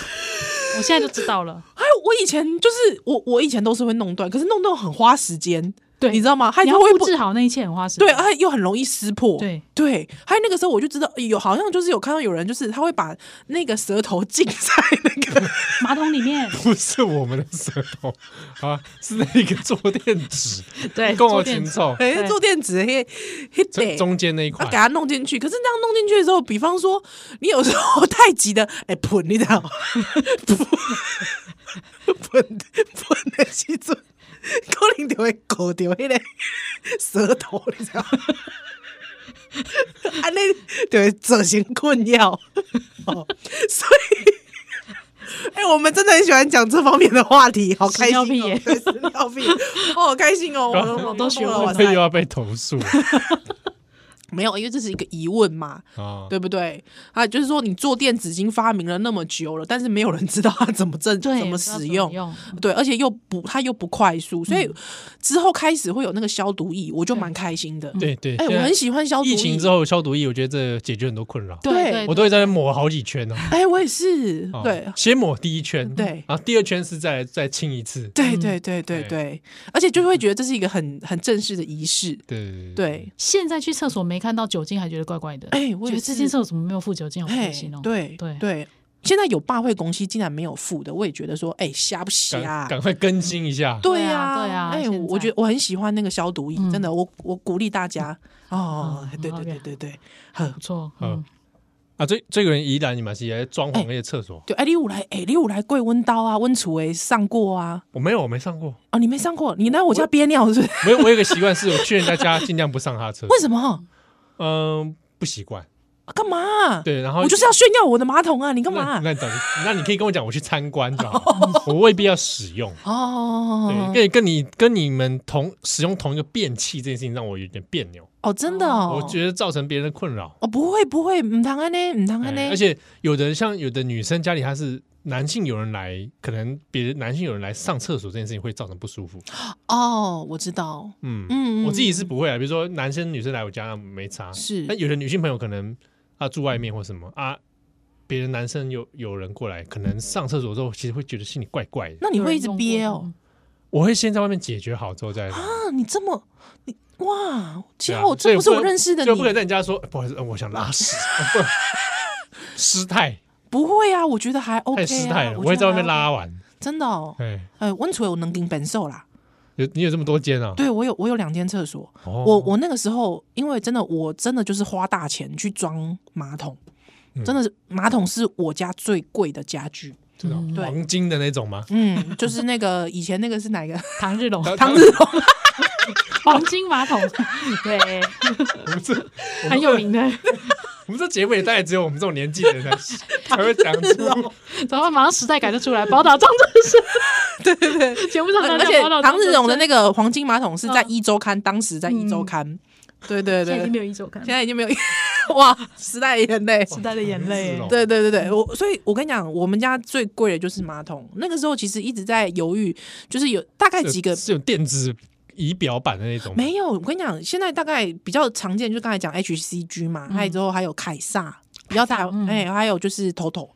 我现在就知道了。
还有我以前就是我，我以前都是会弄断，可是弄断很花时间，
对
你知道吗？还
你
有
要
会
布置好那一切很花时间，
对，而且又很容易撕破，
对
对。还有那个时候我就知道哎有好像就是有看到有人就是他会把那个舌头浸在那个，，
马桶里面
不是我们的舌头 *laughs* 啊，是那个坐垫纸，
对，
跟
坐
我
垫
前
子
奏
*laughs* 哎，坐垫纸嘿嘿
中
对。
中间那一块
啊，给，它弄进去。可是这样弄进去的时候，比方说你有时候 *laughs* 太急的，哎、喷，你知道吗？喷喷喷的时阵，可能就会搞掉迄个舌头，你知道吗？ *laughs* 安尼就会造成困扰。哦，所以。哎、我们真的很喜欢讲这方面的话题，好开心、哦！
屎尿屁耶
对 *laughs* 屎尿屁，哦，好开心哦！我我
都学会了
我
所以又要被投诉
没有，因为这是一个疑问嘛。
啊。
对不对？啊，就是说你坐垫纸巾发明了那么久了，但是没有人知道它怎么正
对
怎么使
不知道
用
怎么，嗯
对，而且又不它又不快速，所以之后开始会有那个消毒液，我就蛮开心的。
对对，
哎、
现
我
在
很喜欢消毒液。
疫情之，后消毒液，我觉得这解决很多困扰。
对
对，
我都会在那边抹好几圈呢。啊
哎、我也是，
哦
对。
先抹第一圈，
对
然后第二圈是再再清一次。
对
嗯
对对
对
对
嗯
对，而且就会觉得这是一个很很正式的仪式，
对对对，
对，
现在去厕所没看到酒精，还觉得怪怪的。
哎我也
觉得
是
这间厕所怎么没有附酒精，好
哎
开心哦，。
对
对
对，现在有罢会公司竟然没有付的，我也觉得说，哎、瞎不瞎、
赶
啊？
赶快更新一下，
对呀、
对啊对啊
哎、
现在
我我觉得我很喜欢那个消毒液，真
嗯
的，我我鼓励大家哦
嗯，
对对对
OK
对对，呵
不，错，
嗯
嗯，
啊，这这个人宜兰你嘛是也在装潢那些厕所，
对，哎、你有来，哎、你有来贵温刀啊，温厨哎上过啊，
我没有，我没上过，
哦，你没上过，你来我家憋尿是不 *laughs* 是？
没有，我有一个习惯是我劝大家尽量不上他
*laughs*
的厕所
为，什么？
嗯，不习惯，
啊干嘛啊、
对，然后
我就是要炫耀我的马桶啊！你干嘛啊、
那那等，那你可以跟我讲，我去参观
*laughs*
就好了，我未必要使用。对，
哦
跟跟你跟你们同使用同一个便器这件事情让我有点别扭，
哦，真的哦，
我觉得造成别人的困扰。
哦不会不会，唔堂安呢，唔堂安呢，
哎而且有的像有的女生家里她是男性有人来，可能别人男性有人来上厕所这件事情会造成不舒服。
哦，我知道，
嗯
嗯嗯
我自己是不会啊，比如说男生女生来我家没差，
是
但有的女性朋友可能啊住外面或什么啊，别人男生有有人过来，可能上厕所之后其实会觉得心里怪怪的。
那你会一直憋
有人
哦
用？嗯
我会先在外面解决好之后再来。
啊，你这么你哇，其
对
实
啊
我
所以
这不是我认识的
就不可以
你，
在人家说、哎不好意思，呃我想拉 *laughs* 屎，失态
不会啊，我觉得还 OK，
太
啊
失态了，我
觉
会
得
在外面
还
拉完
OK，。真的哦，
哎，
哎，温楚有能顶本受啦，
有你有这么多间啊？
对我有我有两间厕所，
哦，
我我那个时候因为真的我真的就是花大钱去装马桶，
嗯
真的是马桶是我家最贵的家具。
知道
对
黄金的那种吗？ *laughs*
嗯，就是那个以前那个是哪个
唐日龙，
唐日龙？
黄金马
*laughs*
桶，对，
我们这
很有名的，
我们这节目也大概只有我们这种年纪的人才
*laughs*
才会讲
哦
出。
然后马上时代感就出来，宝岛庄真是，
*laughs*
对对对，节目上
而且唐日
荣
荣的那个黄金马桶是在
嗯
一周刊，当时在一周
嗯
刊。对对
现在
对
已经，没有一周看，
现在已经没有 *laughs* 哇，时代眼泪。
时代的眼
是
泪
哦，
对对对对，我所以，我跟你讲，我们家最贵的就是马桶。那个时候其实一直在犹豫，就是有大概几个
是有电子仪表板的那种吗，
没有。我跟你讲，现在大概比较常见，就刚才讲 HCG 嘛，还有之后还有嗯凯撒，嗯比较大，哎、还有就是 TOTO，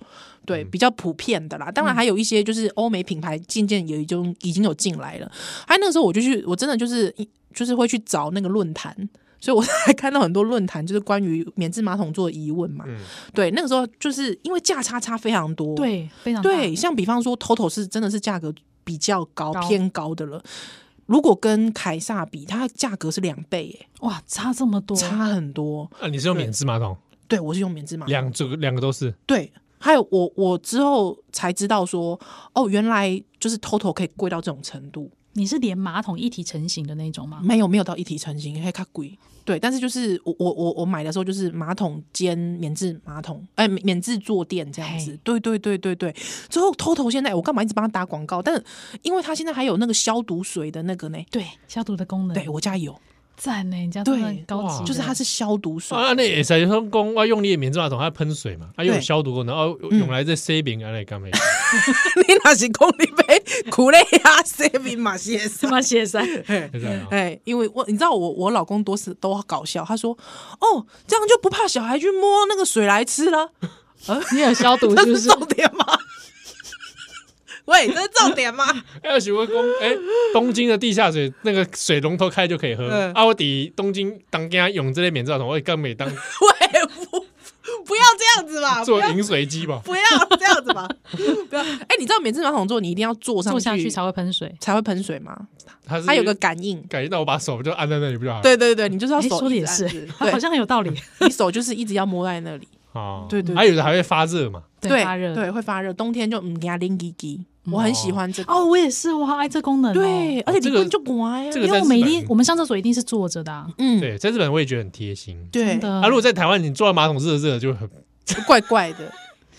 对，比较普遍的啦。当然还有一些就是欧美品牌渐渐也已经已经有进来了。还有那个时候我就去，我真的就是就是会去找那个论坛。所以我还看到很多论坛，就是关于免治马桶座的疑问嘛。
嗯
对，那个时候就是因为价差差非常多，
对，非常大
对，像比方说 TOTO 是真的是价格比较高
高
偏高的了。如果跟凯撒比，它的价格是两倍耶，
哇，差这么多，
差很多。
啊，你是用免治马桶，
对我是用免治马桶，
两这个两个都是，
对，还有我我之后才知道说，哦，原来就是 TOTO 可以贵到这种程度，
你是连马桶一体成型的那种吗？
没有没有到一体成型，还卡贵。对，但是就是我我我我买的时候就是马桶兼免治马桶，哎、免免治坐垫这样子
嘿。
对对对对对。之后 TOTO 现在我干嘛一直帮他打广告？但因为他现在还有那个消毒水的那个呢，
对，消毒的功能，
对我家有，
赞呢，人家真的
对
很高
哇
级的，
就是它
*laughs*
是消毒水，
啊，那也是就说公啊，用力的免治马桶，它喷水嘛，啊它又有
对嗯
消毒功能，哦，用来这 saving 啊，那干嘛？
你那是公里杯苦累 *laughs* 呀，谁比马歇斯
什？么
*laughs*
写生？
就这样啊
哎，因为我你知道我我老公多是都搞笑，他说哦这样就不怕小孩去摸那个水来吃了，
你有消毒
这
是不
是
是？
重点吗？ *laughs* 喂，这是重点吗？ *laughs*
还有许文公，哎，东京的地下水那个水龙头开就可以喝
嗯，
啊，我抵东京当家用这类免治马桶，我干美当
喂，不不要这样子吧，不
做
要
饮水机吧。
不要这样子吧，不要。哎，你知道免治马桶座你一定要坐上
坐下去才会喷水。
才会喷水吗？
它是
它有个感应。
感觉到我把手就按在那里不就好了？
对对对，你就是要
哎，
手
说的
一
也
直
是
按着，对，
*laughs* 好像很有道理。
你手就是一直要摸在那里，
啊，
对对
还有的还会发热嘛，
对
发热。嗯
对，会发热。冬天就嗯，给它拎叽叽，我很喜欢这个。
哦，我也是，我好爱这功能哦。
对，而且
这
你
个
根本就乖呀
这，个
因为
在
我们一
日
定
本，
我们上厕所一定是坐着的啊。
嗯，
对，在日本我也觉得很贴心。
对
真，的。
啊，如果在台湾你坐在马桶热热的就很
怪怪的，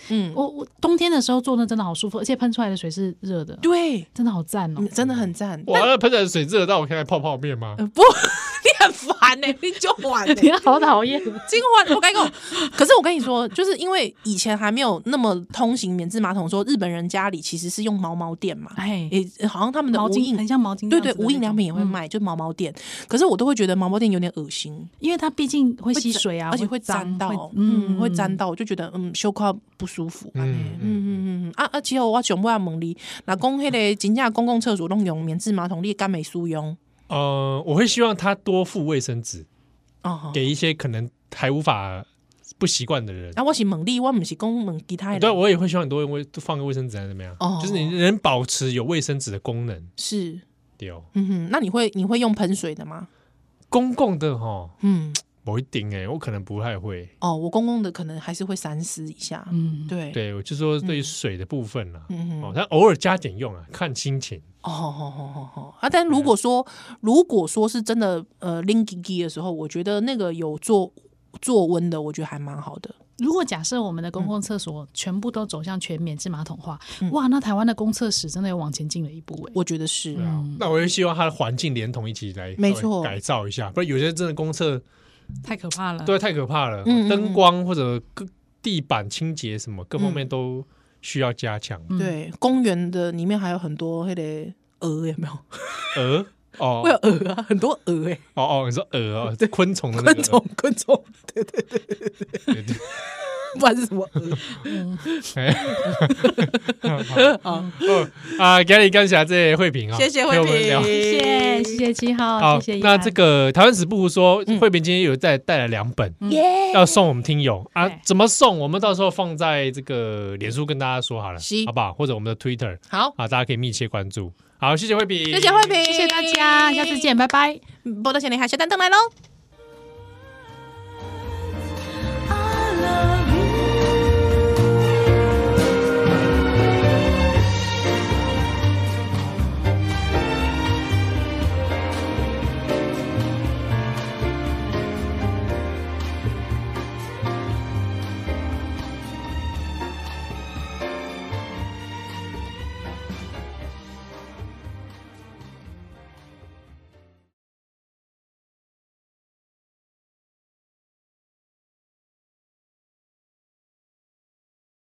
嗯，
我我冬天的时候坐那真的好舒服，而且喷出来的水是热的，
对，
真的好赞哦
嗯。真的很赞。
哇，那喷的水热到我现在泡泡面吗？嗯
呃不， *laughs* 你很烦
*laughs*
呢，你就晚呢
你。好讨
*laughs*
厌，
金华，我跟你讲，可是我跟你说，就是因为以前还没有那么通行免治马桶，说日本人家里其实是用毛毛垫嘛，
哎，
也好像他们的
毛
无
巾
印
很像毛巾
对
这样子的那
对
种，，
无印良品也会
嗯，
卖，就毛毛垫。可是我都会觉得毛毛垫有点恶心，
因为它毕竟会吸水啊，
而且会
脏
沾到
会，
嗯，会沾到，我就觉得嗯，羞夸不舒服。嗯
嗯嗯，
嗯嗯嗯啊啊！其实我全部要问你，若讲迄个真正公共厕所拢用免治马桶，你敢袂使用？
呃，我会希望他多付卫生纸，
哦，
给一些可能还无法不习惯的人，
啊，我是猛力，我不是讲猛其他的人。
对啊我也会希望你多用卫放个卫生纸啊怎么样？
哦
就是你能保持有卫生纸的功能，
是，
对哦。
嗯哼，那你会你会用喷水的吗？
公共的哈，
嗯，
某一顶哎、我可能不太会。
哦，我公公的可能还是会三思一下。
嗯，
对，
对，我就说对于水的部分啦、
嗯哼，
哦
哦，
它偶尔加点用啊，看心情。
哦哦哦哦哦啊！但如果说如果说是真的呃拎吉吉的时候，我觉得那个有做做温的，我觉得还蛮好的。
如果假设我们的公共厕所全部都走向全免治马桶化，
嗯
哇，那台湾的公厕史真的有往前进了一步哎、
我觉得是，
对啊，那我也希望它的环境连同一起来，
没错嗯
改造一下。不然有些真的公厕
太可怕了。
对啊太可怕了，
嗯嗯嗯
灯光或者各地板清洁什么各方
嗯
面都需要加强。
嗯
对，公园的里面还有很多那个鹅，有没有？
蛾哦
*laughs* 嗯会有鹅啊，很多鹅 *laughs* 哎，
哦哦，你说蛾哦，昆虫的那个
昆虫昆虫，
对对
*laughs* 不管是什么鹅，
哎，好哦啊，感谢感谢这个慧萍啊，
谢谢慧
陪我们聊
萍
谢谢谢谢七号，
好
哦谢谢，依
那
涵。
这个台湾史不胡说，慧萍今天有带带来两本，
嗯耶！
要送我们听友啊
嗯对，
怎么送？我们到时候放在这个脸书跟大家说好了
是，
好不好？或者我们的 Twitter
好，
啊，大家可以密切关注。好，谢谢慧萍，
谢谢慧萍，嗯
谢谢大家，下次。见，拜拜。
波多小女孩下蛋灯来喽！
I love